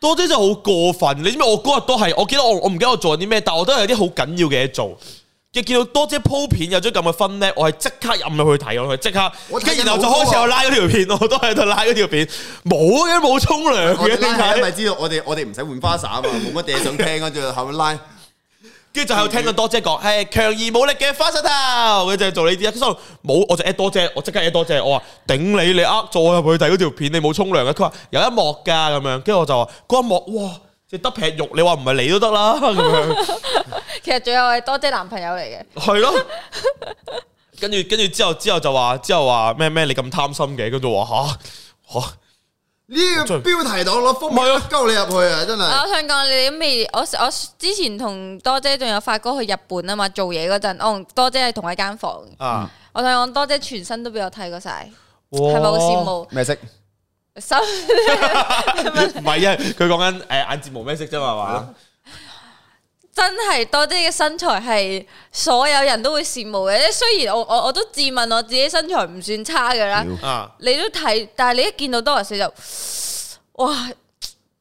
B: 多姐真係好過分，你知唔知我嗰日都係，我記得我我唔記得我做緊啲咩，但我都有啲好緊要嘅嘢做。一見到多姐鋪片有張咁嘅分咧，我係即刻入入去睇，我係即刻，
C: 我睇
B: 跟住
C: 緊
B: 然後就
C: 冇啊
B: 開始我拉嗰條片，我都喺度拉嗰條片，冇嘅冇沖涼
C: 我
B: 嘅，
C: 哋
B: 點
C: 拉係
B: 解？
C: 咪知道我哋我哋唔使換花灑啊嘛，冇乜嘢想聽跟住後尾拉。
B: 跟住就喺度聽緊多姐
A: 嗯
B: 講，係強而冇力嘅花石頭，佢就係做呢啲。跟住我冇，我就 at 多姐，我即刻 at 多姐，我話頂你，你呃咗我入去睇嗰條片，你冇沖涼嘅。佢話有一幕㗎咁樣，跟住我就話嗰一幕，哇，只得劈肉，你話唔係你都得啦咁樣。
A: (laughs) (laughs) 其實仲有係多姐男朋友嚟嘅。
B: 系咯。跟住跟住之後之後就話之後話咩咩你咁貪心嘅，跟住我話吓吓
C: 呢個標題黨攞封
B: 係啊
C: 鳩你入去啊！真係
A: 我想講你都未，我我之前同多姐仲有發哥去日本啊嘛，做嘢嗰陣，我同多姐係同一間房。
B: 啊，
A: 我想講多姐全身都俾我睇過晒，係
B: 係
A: 咪好羨？慕？
C: 咩色？
A: 收
B: (laughs) 唔係啊，佢講緊诶眼睫毛咩色啫嘛，係嘛？
A: (laughs) 真係多姐嘅身材係所有人都會羨慕嘅。即係雖然我我我都自問我自己身材唔算差㗎啦，
B: 啊，
A: 你都睇，但係你一見到多人四就哇！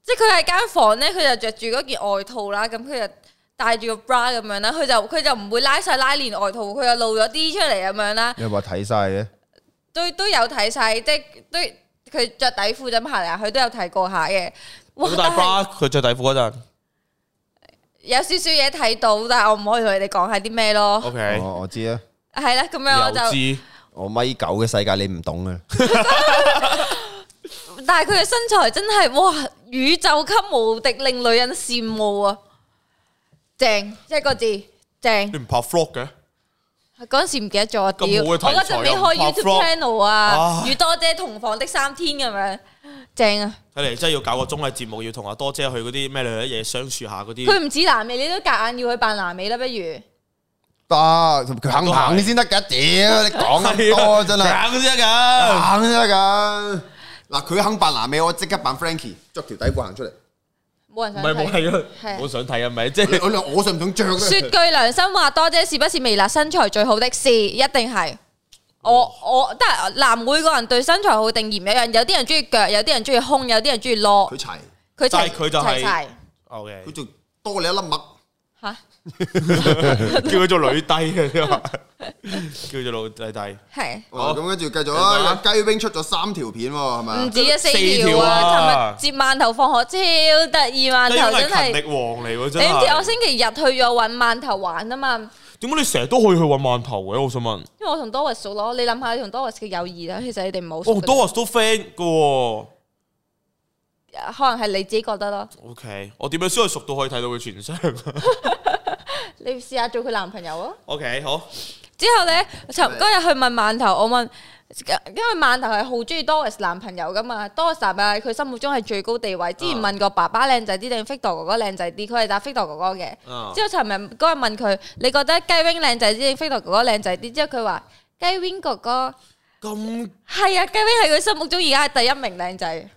A: 即係佢喺間房咧，佢就着住嗰件外套啦，咁佢就戴住個 bra 咁樣啦，佢就佢就唔會拉晒拉鏈外套，佢就露咗啲出嚟咁樣啦，
C: 你話睇晒嘅？
A: 都都有睇晒，即係都佢着底褲咁行啊嚟，佢都有睇過下嘅。哇
B: 咁！
A: 但係
B: 但 bra 佢着底褲嗰陣
A: 有少少嘢睇到，但係我唔可以同你哋講係啲咩咯。
B: ，OK，
C: 我我知啊，
A: 係啦，咁樣我
B: 又
A: 就。
B: 知
C: 我米九嘅世界你唔懂啊！
A: 但係佢嘅身材真係哇宇宙級無敵，令女人羨慕啊！正一個字，正
B: 你。唔拍 vlog 嘅，
A: 嗰陣時唔記得咗，我屌！
B: 咁好
A: 我
B: 嘅題材啊
A: 嗰陣未開
B: 又唔拍
A: YouTube channel 啊，
B: 唉
A: 與多姐同房的三天咁樣，正啊！
B: 睇嚟真係要搞個綜藝節目，要同阿多姐去嗰啲咩女嘢相處下嗰
A: 佢
B: 啲。
A: 唔似南美，你都夾硬要佢扮南美啦，不如？
C: 得，佢肯唔肯先得㗎？屌，你講咁多真係。
B: 硬先得㗎。
C: 行先得噶。 (laughs) 嗱，佢肯扮南美，我即刻扮 Frankie，着條底褲行出嚟。
A: 冇人
B: 唔
A: 想
B: 係冇係
A: 睇。
B: 咯
A: 係啊，
B: 好想睇啊，咪即係
C: (laughs) 我我我想唔想着
A: 說
C: 咧？
A: 句良心話，多姐是不是微辣身材最好的事？一定係。我我但係嗱，每個人對身材好定義唔一樣，有啲人中意腳，有啲人中意胸，有啲人中意攞
C: 佢。齊，
A: 佢就
B: 但係佢就係
A: 齊晒
B: OK，
C: 佢仲多你一粒墨。
A: 吓，
B: (laughs) 叫佢做女帝
A: (laughs)
B: 嘅，叫做女帝。
A: 係
C: 哦，咁跟住繼續
B: 繼續
C: 啦
B: 啊。
C: 雞 wing 出咗三條片喎，係咪
A: 唔
C: 啊？
A: 止啊，四
B: 四
A: 條
B: 條
A: 啊！
B: 啊
A: 尋日接饅頭放學超得意，饅頭真係
B: 勤。力王嚟喎，
A: 你
B: 真
A: 知唔知我
B: 係。
A: 星期日去咗揾饅頭玩啊嘛？
B: 點解你成日都可以去揾饅頭嘅？我想問，
A: 因為我同 Doris 熟咯，你諗下你同 Doris 嘅友誼啦，其實你哋唔好熟
B: 哦
A: 嘅，
B: ，Doris 都 friend 嘅喎。
A: 可能係你自己覺得咯。 (laughs)
B: OK，我點樣先可以熟到可以睇到佢全相？
A: 你試下做佢男朋友啊！
B: OK，好，
A: 之後咧，尋嗰日去問饅頭，我問，因為饅頭係好中意 Doris 男朋友噶嘛，Doris 男朋友喺佢心目中係最高地位。之前問過爸爸靚仔啲定 Victor 哥哥靚仔啲，佢係答 Victor 哥哥嘅。
B: 啊
A: 之後尋日嗰日問佢，你覺得雞 wing 靚仔啲定 Victor 哥哥靚仔啲？之後佢話雞 wing 哥哥
B: 咁
A: 係啊，雞 wing 喺佢心目中而家係第一名靚仔。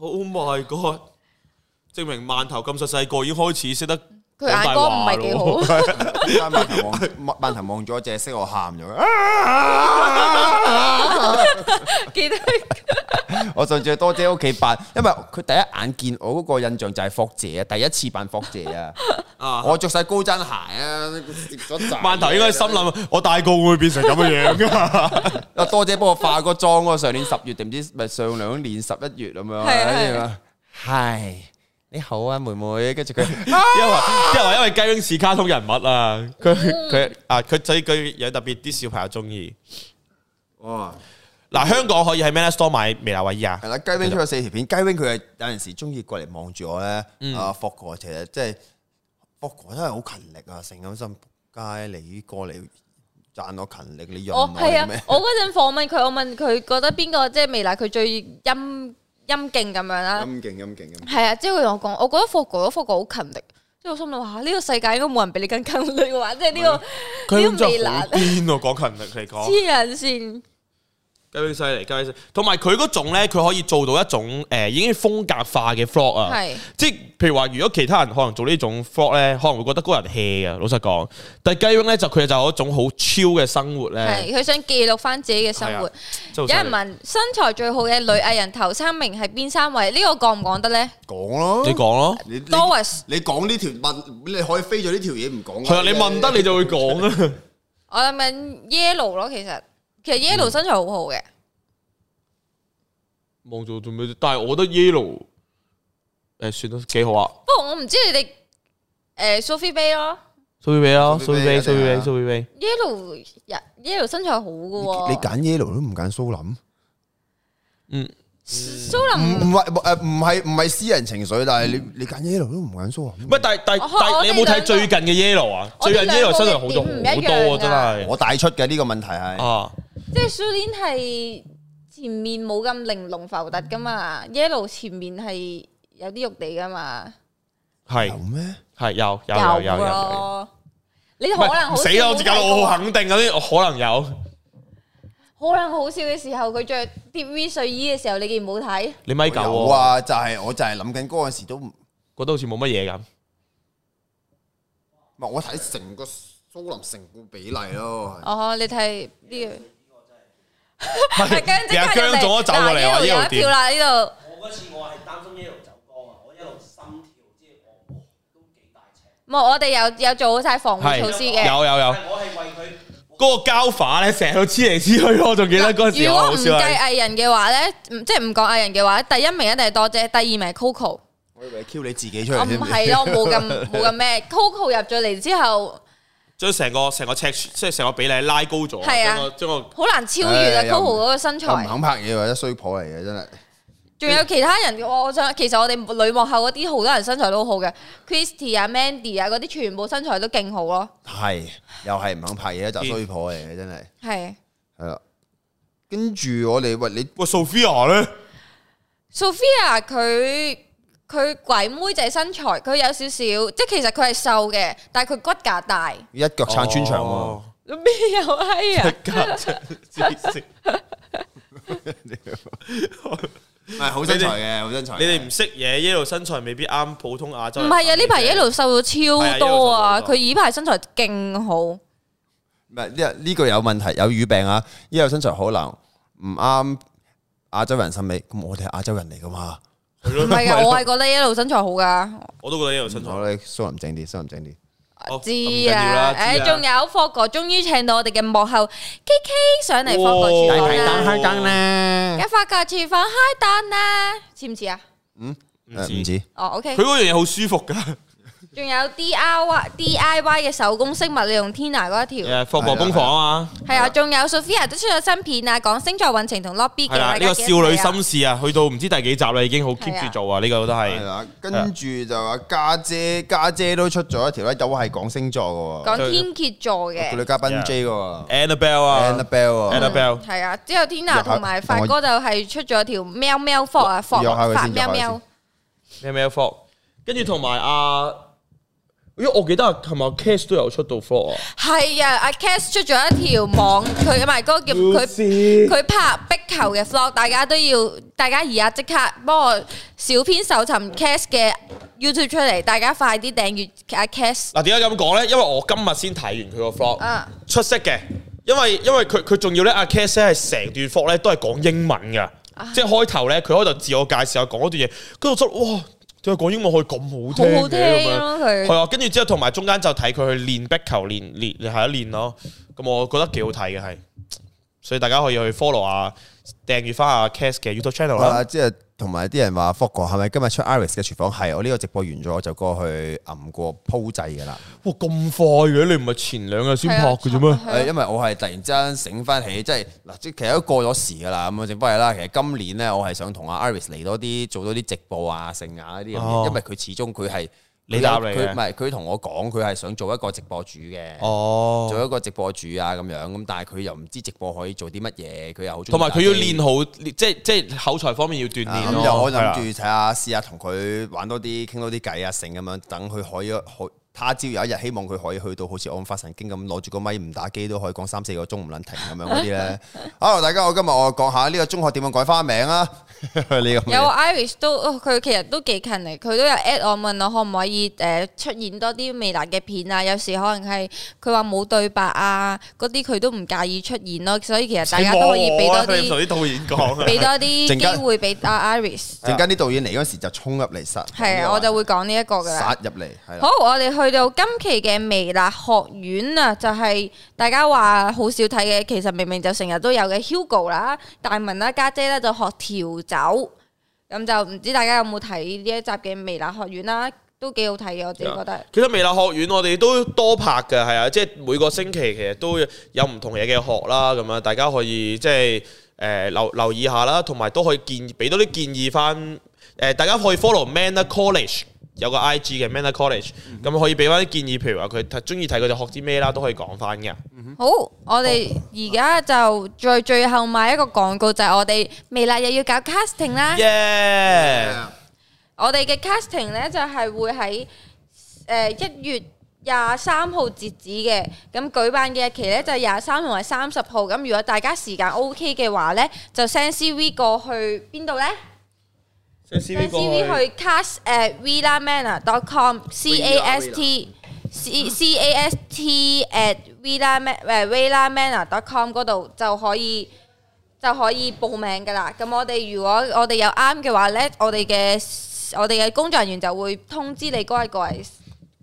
B: Oh my God！證明饅頭咁細細個已經開始識得
A: 佢眼光唔係幾好。
C: 但係饅頭望 (laughs) 饅頭望咗只識我喊咗，哎
A: 記得
C: 我上次去多姐屋企扮，因為佢第一眼見我嗰個印象就係霍姐啊，第一次扮霍姐 (laughs) 啊，
B: 啊
C: 我着晒高踭鞋啊，食咗 (laughs) 陣
B: 饅頭應該心諗，我大個會唔會變成咁嘅樣噶？
C: 啊多姐幫我化個妝嗰個上年十月定唔知咪上兩年十一月咁樣，
A: 係係
C: 跟住話係你好啊妹妹，跟住佢
B: 因為因為因為雞 wing 似卡通人物啊，佢佢啊佢所以佢有特別啲小朋友中意。
C: 哇
B: 嗱，香港可以喺 Manner Store 買微娜維爾
C: 係
B: 啊，
C: 啦，雞 wing 出咗四條片，雞 wing 佢係有陣時中意過嚟望住我咧，啊霍哥其實即係霍哥真係好勤力啊，成咁心仆街你過嚟讚我勤力，你
A: 我
C: 潤
A: 係
C: 我
A: 啊
C: 咩？！
A: 我嗰陣訪問佢，我問佢覺得邊個即係未來佢最陰陰勁咁樣啦。
C: 咁勁咁勁咁，
A: 係啊，之後佢同我講，我覺得霍哥，霍哥好勤力。即係我心諗下，呢個世界應該冇人比你更勤力嘅話，即係呢個呢
B: 佢
A: 個
B: 真
A: 未
B: 係好
A: 難
B: 癲喎，講勤力嚟講。
A: 黐人線。
B: 雞 wing 犀利，雞 wing 犀利同埋佢嗰種咧，佢可以做到一種誒、呃已經風格化嘅 vlog 啊，
A: 係
B: 即係譬如話，如果其他人可能做呢種 vlog 咧，可能會覺得嗰個人 hea 嘅，老實講。但係雞 wing 咧就佢就有一種好超嘅生活咧，
A: 係佢想記錄翻自己嘅生活。
B: 真
A: 有
B: 係啊好犀利
A: 人問身材最好嘅女藝人頭三名係邊三位？呢個講唔講得呢
C: 講咯
B: 你講咯，
C: 你
A: Doris
C: 你講呢條問，你可以飛咗呢條嘢唔講。
B: 係啊，你問得你就會講啊。
A: 我諗緊 Yellow 咯，其實其實 Yellow 身材好好嘅，
B: 望做做咩啫？但係我覺得 yellow 誒算得幾好啊，
A: 不過我唔知你哋誒 Sophie Bay 咯
B: 蘇比比啦，蘇
C: 蘇
B: 比
C: 比
B: 比，
C: 比
B: 蘇比
C: 一定
B: 比，
C: 啊
B: 蘇比比。
A: ，Yellow 人 Yellow 身材好嘅喎。
C: 你揀 yellow 都唔揀蘇林，
A: 蘇
C: 唔
A: 林
C: 唔係誒唔係唔係私人情緒，但係你你揀 yellow 都唔揀蘇林。
B: 喂，但係但係
A: 我
B: 但係
A: 我
B: 你有冇
A: 哋
B: 睇
A: 兩個
B: 最近嘅 yellow 啊？
A: 我
B: 最
A: 哋
B: 近 yellow 身材好咗
A: 兩個嘅點唔一樣
B: 好
A: 㗎
B: 多啊，真係
C: 我帶出嘅呢個問題係，
B: 啊！
A: 即係 Sulin 係前面冇咁玲瓏浮凸噶嘛，Yellow 前面係有啲肉地噶嘛，
B: 係
C: 有咩？
B: 係有有有有有有。
A: 咯。你可能好
B: 唔
A: 少
B: 係死啦！我搞到我好肯定嗰啲，我可能有。
A: 可能好笑嘅時候，佢着啲 V 睡衣嘅時候，你見唔好睇？
B: 你米九
C: 有
B: 喎，
C: 啊，就係我就係諗緊嗰陣時都唔，唔
B: 覺得好似冇乜嘢咁。
C: 係我睇成個蘇林成個比例咯。
A: 哦，你睇呢個。
B: 係
A: 姜即刻
B: 其實姜總都走過嚟話
A: 嗱呢度有
B: Yellow
A: 一票啦，呢度
E: 我嗰次我係擔心一路走光啊，我一路心跳，即係我哇都幾大尺。
A: 冇我哋有有做好晒防護措施嘅。
B: 有有有
E: 但。係我係為佢
B: 嗰個膠法咧，成日都黐嚟黐去咯，我仲記得嗰陣時
A: 如
B: 我
A: 果
B: 好
A: 唔
B: 笑啊
A: 計
B: 係。
A: 藝人嘅話咧，唔即係唔講藝人嘅話，第一名一定係多姐，第二名係 Coco。
C: 我以為 Q 你自己出
A: 我
C: 嚟
A: 唔
C: 添。
A: 係咯，冇咁冇咁咩。Coco 入咗嚟之後，
B: 將成個成個尺即係成個比例拉高咗，
A: 係啊
B: 將個將個
A: 好難超越啊
C: 唉又唔
A: Coco 嗰個身
C: 我唔
A: 材。
C: 肯拍嘢或者衰婆嚟嘅真係。
A: 仲有其他人，我我想其實我哋女幕後嗰啲好多人身材都好嘅，Christy 啊、Mandy 啊嗰啲全部身材都勁好咯。
C: 係，又係唔肯拍嘢就衰婆嚟嘅真係。
A: 係
C: 係啦，跟住我哋喂你
B: 喂 Sophia 咧，
A: Sophia 佢佢鬼妹仔身材，佢有少少即係其實佢係瘦嘅，但係佢骨架大。
C: 一腳撐穿牆喎。
B: 哦，
A: 咩有閪啊？
B: 黐線
C: 係好身材嘅，好身材嘅。
B: 你哋唔識嘢，Yellow 身材未必啱普通亞洲
A: 唔
B: 人。
A: 係啊！呢排一路瘦咗超多啊！佢呢排身材勁好。
C: 唔係呢呢個有問題，有語病啊！呢個身材可能唔啱亞洲人審美，咁我哋係亞洲人嚟噶嘛？
A: 唔係啊，我係覺得一路身材好噶，
B: 我都覺得 Yellow 身材
C: 我。哋蘇林整啲，蘇林整啲。
B: 好
A: 知
B: 咁唔緊要
A: 啊。
B: 啦
A: 誒，
B: 知啊
A: 仲有霍哥終於請到我哋嘅幕後 K K 上嚟
B: 哇
A: 霍哥廚
B: 大
A: 房
B: 排
A: 啦，
B: 檔開燈
C: 啦，
A: 嘅霍哥廚房開檔啦，似唔似啊？
B: 唔
C: 嗯唔
B: 知
C: 知
A: 哦，OK， (laughs)
B: 佢嗰樣嘢好舒服㗎，
A: 仲有 D I Y D I Y 嘅手工飾物，你用 Tina 嗰一條，
B: 诶，服務工房啊嘛，
A: 係啊，仲有 Sophia 都出咗新片啊，講星座運程同 lobby 嘅，
B: 係啦，
A: 大
B: 呢
A: 家
B: 個
A: 記得
B: 少女
A: 睇啊
B: 心事啊，去到唔知第幾集啦，已經好 keep 住做啊，呢個都
C: 系
B: 係。
C: 啦，跟住就話家姐，家姐都出咗一條咧，又係講星座嘅
A: 講天蝎座
C: 喎，佢
A: 嘅
C: 女。嘉賓 J 嘅喎
B: Annabelle 啊
C: Annabelle 喎
B: Annabelle
A: 係啊，之後 Tina 同埋
C: 同
A: 發
C: 我
A: 哥就係出咗條喵喵霍啊，霍
C: 約下佢先
A: 發
C: 約下
A: 喵
C: 佢
A: 喵，
B: 咩咩 flog，跟住同埋阿，因為我記得啊琴日 Case 都有出到 flog 啊。
A: 係啊，阿 Cass 出咗一條網，佢唔係嗰個叫佢佢拍壁球嘅 vlog，大家都要，大家而家即刻幫我小編搜尋 Cass 嘅 YouTube 出嚟，大家快啲訂閱阿 Cass。
B: 嗱，點解咁講咧？因為我今日先睇完佢個 vlog，、
A: 啊
B: 出色嘅。因為因為佢佢仲要咧，阿 Cass 咧係成段 vlog 咧都係講英文嘅，
A: 啊
B: 即係開頭咧佢開頭自我介紹又講嗰段嘢，跟住我覺得哇，點解講英文可以咁好聽
A: 好好聽
B: 嘅咁
A: 咯佢
B: 樣？係啊，跟住之後同埋中間就睇佢去練壁球，練練係一練咯。咁我覺得幾好睇嘅係，所以大家可以去 follow 下訂閱翻阿 Cass 嘅 YouTube channel
C: 好啦，
A: 啊
B: 啦。
C: 即係同埋啲人話福哥係咪今日出 Iris 嘅廚房？係我呢個直播完咗，我就過去揞過鋪製㗎啦。
B: 哇，咁快嘅你唔係前兩日先拍嘅啫
A: 啊
B: 咩？
C: 誒，因為我係突然之間醒翻起，即係嗱，即係其實都過咗時㗎啦，咁我啊醒翻起啦。其實今年咧，我係想同阿 Iris 嚟多啲，做多啲直播啊、剩啊呢啲咁
B: 哦
C: 嘢，因為佢始終佢係
B: 你答嚟嘅
C: 佢唔係佢同我講，佢係想做一個直播主嘅，
B: 哦，
C: 做一個直播主啊咁樣。咁但係佢又唔知直播可以做啲乜嘢，佢又好鍾意
B: 同埋佢
C: 打機
B: 要練好，即係即係口才方面要鍛
C: 啊
B: 鍊
C: 咁就
B: 咯。
C: 我
B: 係
C: 諗
B: 啦
C: 住睇下試下同佢玩多啲，傾多啲偈啊，成咁樣，等佢可以可他朝有一日，希望佢可以去到好似案發神經咁，攞住個咪唔打機都可以講三四個鐘唔撚停咁樣嗰
B: (laughs)
C: 啲咧。Hello，大家好，今日我講下呢個中學點樣改花名
B: (laughs)
C: 啊？呢個
A: 有 Iris 都哦佢其實都幾勤力，佢都有 at 我問我可唔可以誒、呃出現多啲微辣嘅片啊？有時可能係佢話冇對白啊，嗰啲佢都唔介意出現咯。所以其實大家都可以俾
C: 啊
A: 多啲
B: 啲導演講
A: 俾多啲
C: 陣間
A: 機會俾阿 Iris。
C: 陣間啲導演嚟嗰時就衝入嚟殺，
A: 係啊，我就會講呢一個噶啦。
C: 殺入嚟，係啦
A: 好，，我哋去到今期嘅微辣學院啊，就係、大家話好少睇嘅，其實明明就成日都有嘅 Hugo 啦、大文啦、家姐咧就學調酒，咁就唔知大家有冇睇呢一集嘅微辣學院啦，都幾好睇嘅，我自己
C: 啊
A: 覺得。
B: 其實微辣學院我哋都多拍嘅，係啊，即係每個星期其實都有唔同嘢嘅學啦，咁啊，大家可以即係誒、呃留留意下啦，同埋都可以建議俾多啲建議翻誒、呃大家可以 follow Manner College 有個 IG 嘅 Manner College，咁、可以俾翻啲建議，譬如話佢睇中意睇佢哋學啲咩啦，都可以講翻嘅。
A: 好，我哋而家就再最後賣一個廣告，就係、我哋微辣又要搞 casting 啦。
B: 耶！
A: 我哋嘅 casting 咧就係、會喺誒一月廿三號截止嘅，咁舉辦嘅日期咧就係廿三同埋三十號。咁如果大家時間 OK 嘅話咧，就 send CV 過去邊度咧
B: send
A: ？send
B: CV 過
A: CV 去 cast at villamana.com c a s t c c a s t at 呃 villamana 誒 villamana.com 嗰度就可以。就可以報名㗎啦。咁我哋如果我哋有啱嘅話咧，我哋嘅我哋嘅工作人員就會通知你嗰日過嚟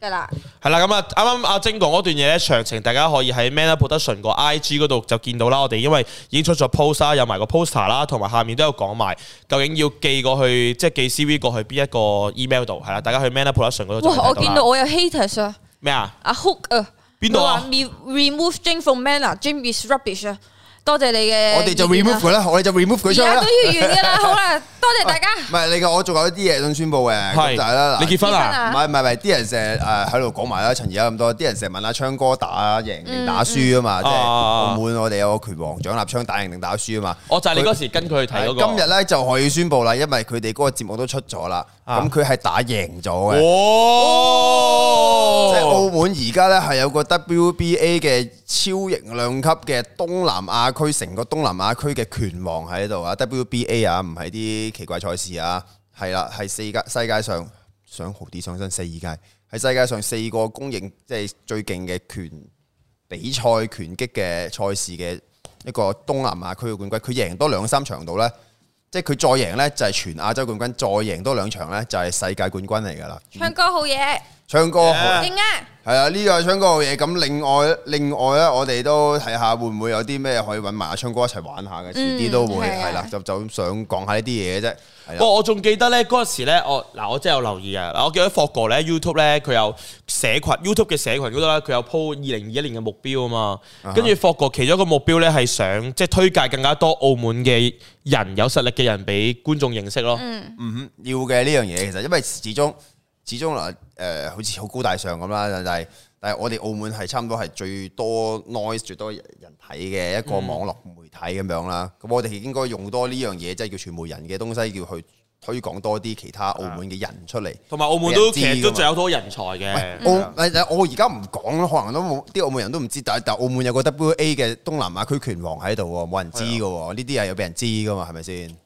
A: 㗎啦。
B: 係啦，咁啊，啱啱阿晶講嗰段嘢咧，詳情大家可以喺 Man Up Production 個 IG 嗰度就見到啦。我哋因為已經出咗 post 啦，有埋個 poster 啦，同埋下面都有講埋究竟要寄過去，即係寄 CV 過去邊一個 email 度，係啦，大家去 Man Up Production 嗰度就
A: 哇！我
B: 睇
A: 見
B: 啦
A: 到我有 haters 啊，
B: 咩啊？
A: 阿 Hook 啊，
B: 邊度啊
A: 佢話？re-？Remove Jane from Manner，Jane is rubbish 啊！多謝你嘅，啊
C: 我哋就 remove 佢，啦，我哋就 remove 佢
A: 而
C: 出去
A: 家
C: 啦
A: 都。要完㗎啦。好啦，多謝大家。
C: 唔係你嘅，我仲有啲嘢想宣佈嘅，咁
B: 係
C: 就係啦，嗱
B: 你結婚
A: 結婚
B: 啊？
A: 啊
C: 唔係唔係唔係，啲人成日誒喺度講埋啦，趁而家咁多，啲人成日問阿昌哥打贏定打輸啊嘛，即係
B: 啊啊啊
C: 澳門我哋有個拳王蔣立昌打贏定打輸啊嘛。
B: 我哦就係你嗰時跟佢去睇嗰個。
C: 今日咧就可以宣佈啦，因為佢哋嗰個節目都出咗啦，
B: 啊
C: 咁佢係打贏咗嘅。即係
B: 哦，
C: 澳門而家咧係有個 WBA 嘅超型量級嘅東南亞區，成個東南亞區嘅拳王喺度啊！WBA 啊，唔係啲奇怪賽事啊，係啦，係世界世界上想豪啲上身四界，係世界上四個公認即係最勁嘅拳比賽拳擊嘅賽事嘅一個東南亞區嘅冠軍，佢贏多兩三場度咧。即係佢再贏呢，就係全亞洲冠軍；再贏多兩場呢，就係世界冠軍嚟㗎啦。
A: 唱歌好嘢，
C: 唱歌
B: Yeah
A: 勁啊！
C: 係啊，呢個唱歌嘅嘢。咁另外另外咧，我哋都睇下會唔會有啲咩可以揾埋阿昌哥一齊玩下嘅，遲啲都會
A: 係啊
C: 係啦。就就咁想講下呢啲嘢啫。係啊
B: 不
C: 啦，
B: 過我仲記得咧嗰陣時咧，我嗱我真係有留意嘅。嗱，我記得霍哥咧 YouTube 咧佢有社群 YouTube 嘅社群嗰度咧，佢有 po 二零二一年嘅目標啊嘛。跟住霍哥其中一個目標咧係想即係推介更加多澳門嘅人有實力嘅人俾觀眾認識咯。
C: 嗯哼，要嘅呢樣嘢其實，因為始終始終嗱誒，好似好高大上咁啦，但係但係我哋澳門係差唔多係最多 noise 最多人睇嘅一個網絡媒體咁樣啦。咁我哋應該用多呢樣嘢，即係叫傳媒人嘅東西，叫去推廣多啲其他澳門嘅人出嚟。
B: 同埋澳門都其
C: 俾人
B: 實
C: 知
B: 都
C: 㗎嘛
B: 仲有好多人才嘅。
C: 澳我我而家唔講啦，可能都冇啲澳門人都唔知，但係但係澳門有個 WA 嘅東南亞區拳王喺度喎，冇人知嘅喎，呢啲係有俾人知嘅嘛，係咪先？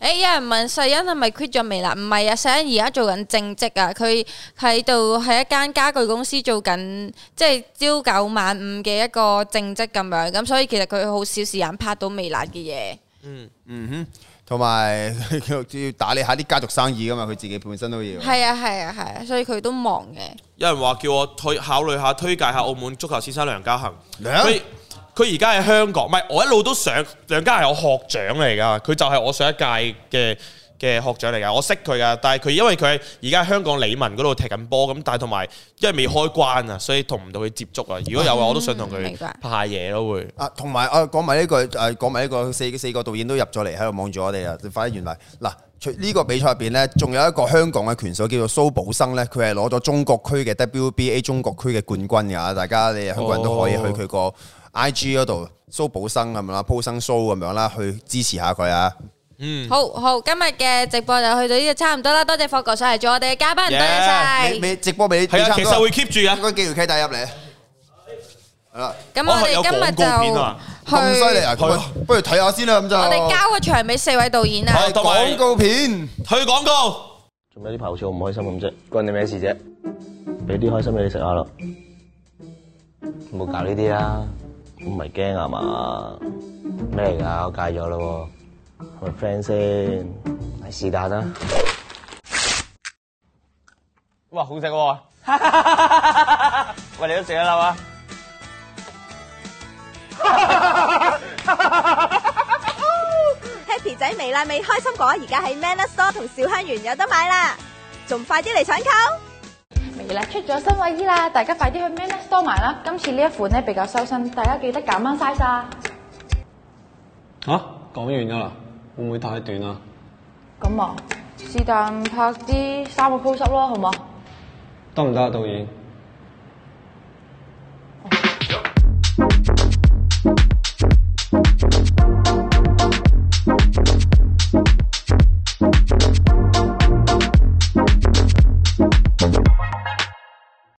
A: 诶，有人問世欣係咪 quit 咗微辣？唔係啊，世欣而家做緊正職啊，佢喺度喺一間家具公司做緊，即係朝九晚五嘅一個正職咁樣。咁所以其實佢好少時間拍到微辣嘅嘢。
C: 同埋 (laughs) 要打理下啲家族生意噶嘛，佢自己本身都要。
A: 係啊，係啊，係啊，所以佢都忙嘅。
B: 有人話叫我推考慮下推介下澳門足球先生梁家恒，
C: 梁
B: 佢佢而家喺香港，唔係我一路都想梁家恒係我學長嚟㗎，佢就係我上一屆嘅嘅學長嚟㗎，我識佢㗎，但係佢因為佢而家喺香港理文嗰度踢緊波，咁但係同埋因為未開關啊，所以同唔到佢接觸啊。如果有啊，我都想同
A: 嗯
B: 佢
A: 明白
B: 拍下嘢咯，會。
C: 啊，同埋啊，講埋呢句，誒講埋呢個四四個導演都入咗嚟喺度望住我哋啊！快啲原來嗱，除呢個比賽入邊呢，仲有一個香港嘅拳手叫做蘇寶生呢，佢係攞咗中國區嘅 WBA 中國區嘅冠軍㗎，大家你香港人都可以去佢個 IG 嗰度蘇寶生咁樣啦，鋪生蘇咁樣啦，去支持下佢啊！
A: 好好，今日嘅直播就去到呢度差唔多啦。多謝霍哥上嚟做我哋嘅嘉賓，多謝
B: Yeah，
A: 晒。
C: 你你直播俾你
B: 係啊，其實會 keep 住㗎
C: 應。該幾條契弟入嚟啊係啦，
A: 咁我
B: 哦有
A: 哋今日
B: 廣告片啊
C: 咁
A: 就
C: 犀利
A: 去，
C: 啊！不不如睇下先啦，咁就
A: 我哋交個場俾四位導演啊。
B: 好同埋
C: 廣告片。
B: 去廣告。
E: 做咩啲朋友好唔開心咁啫？
F: 關你咩事啫？
E: 俾啲開心俾你食下咯。冇搞呢啲啦，我唔係驚啊嘛？咩嚟㗎？我戒咗咯喎，係咪 friend 先？係是但啦。哇，好 (laughs) 食喎！喂，你都食啦嘛？
G: Happy 仔微辣味開心果而家喺 Manner Store 同小香園有得買啦，仲快啲嚟搶購！
H: 微辣出咗新衞衣啦，大家快啲去 m a n a Store 買啦！今次呢一款咧比較修身，大家記得減翻 size 啊！
I: 吓、啊講完㗎啦，會唔會太短啊？
H: 咁啊，是但拍啲三個 pose 咯，好嘛？
I: 得唔得啊，導演？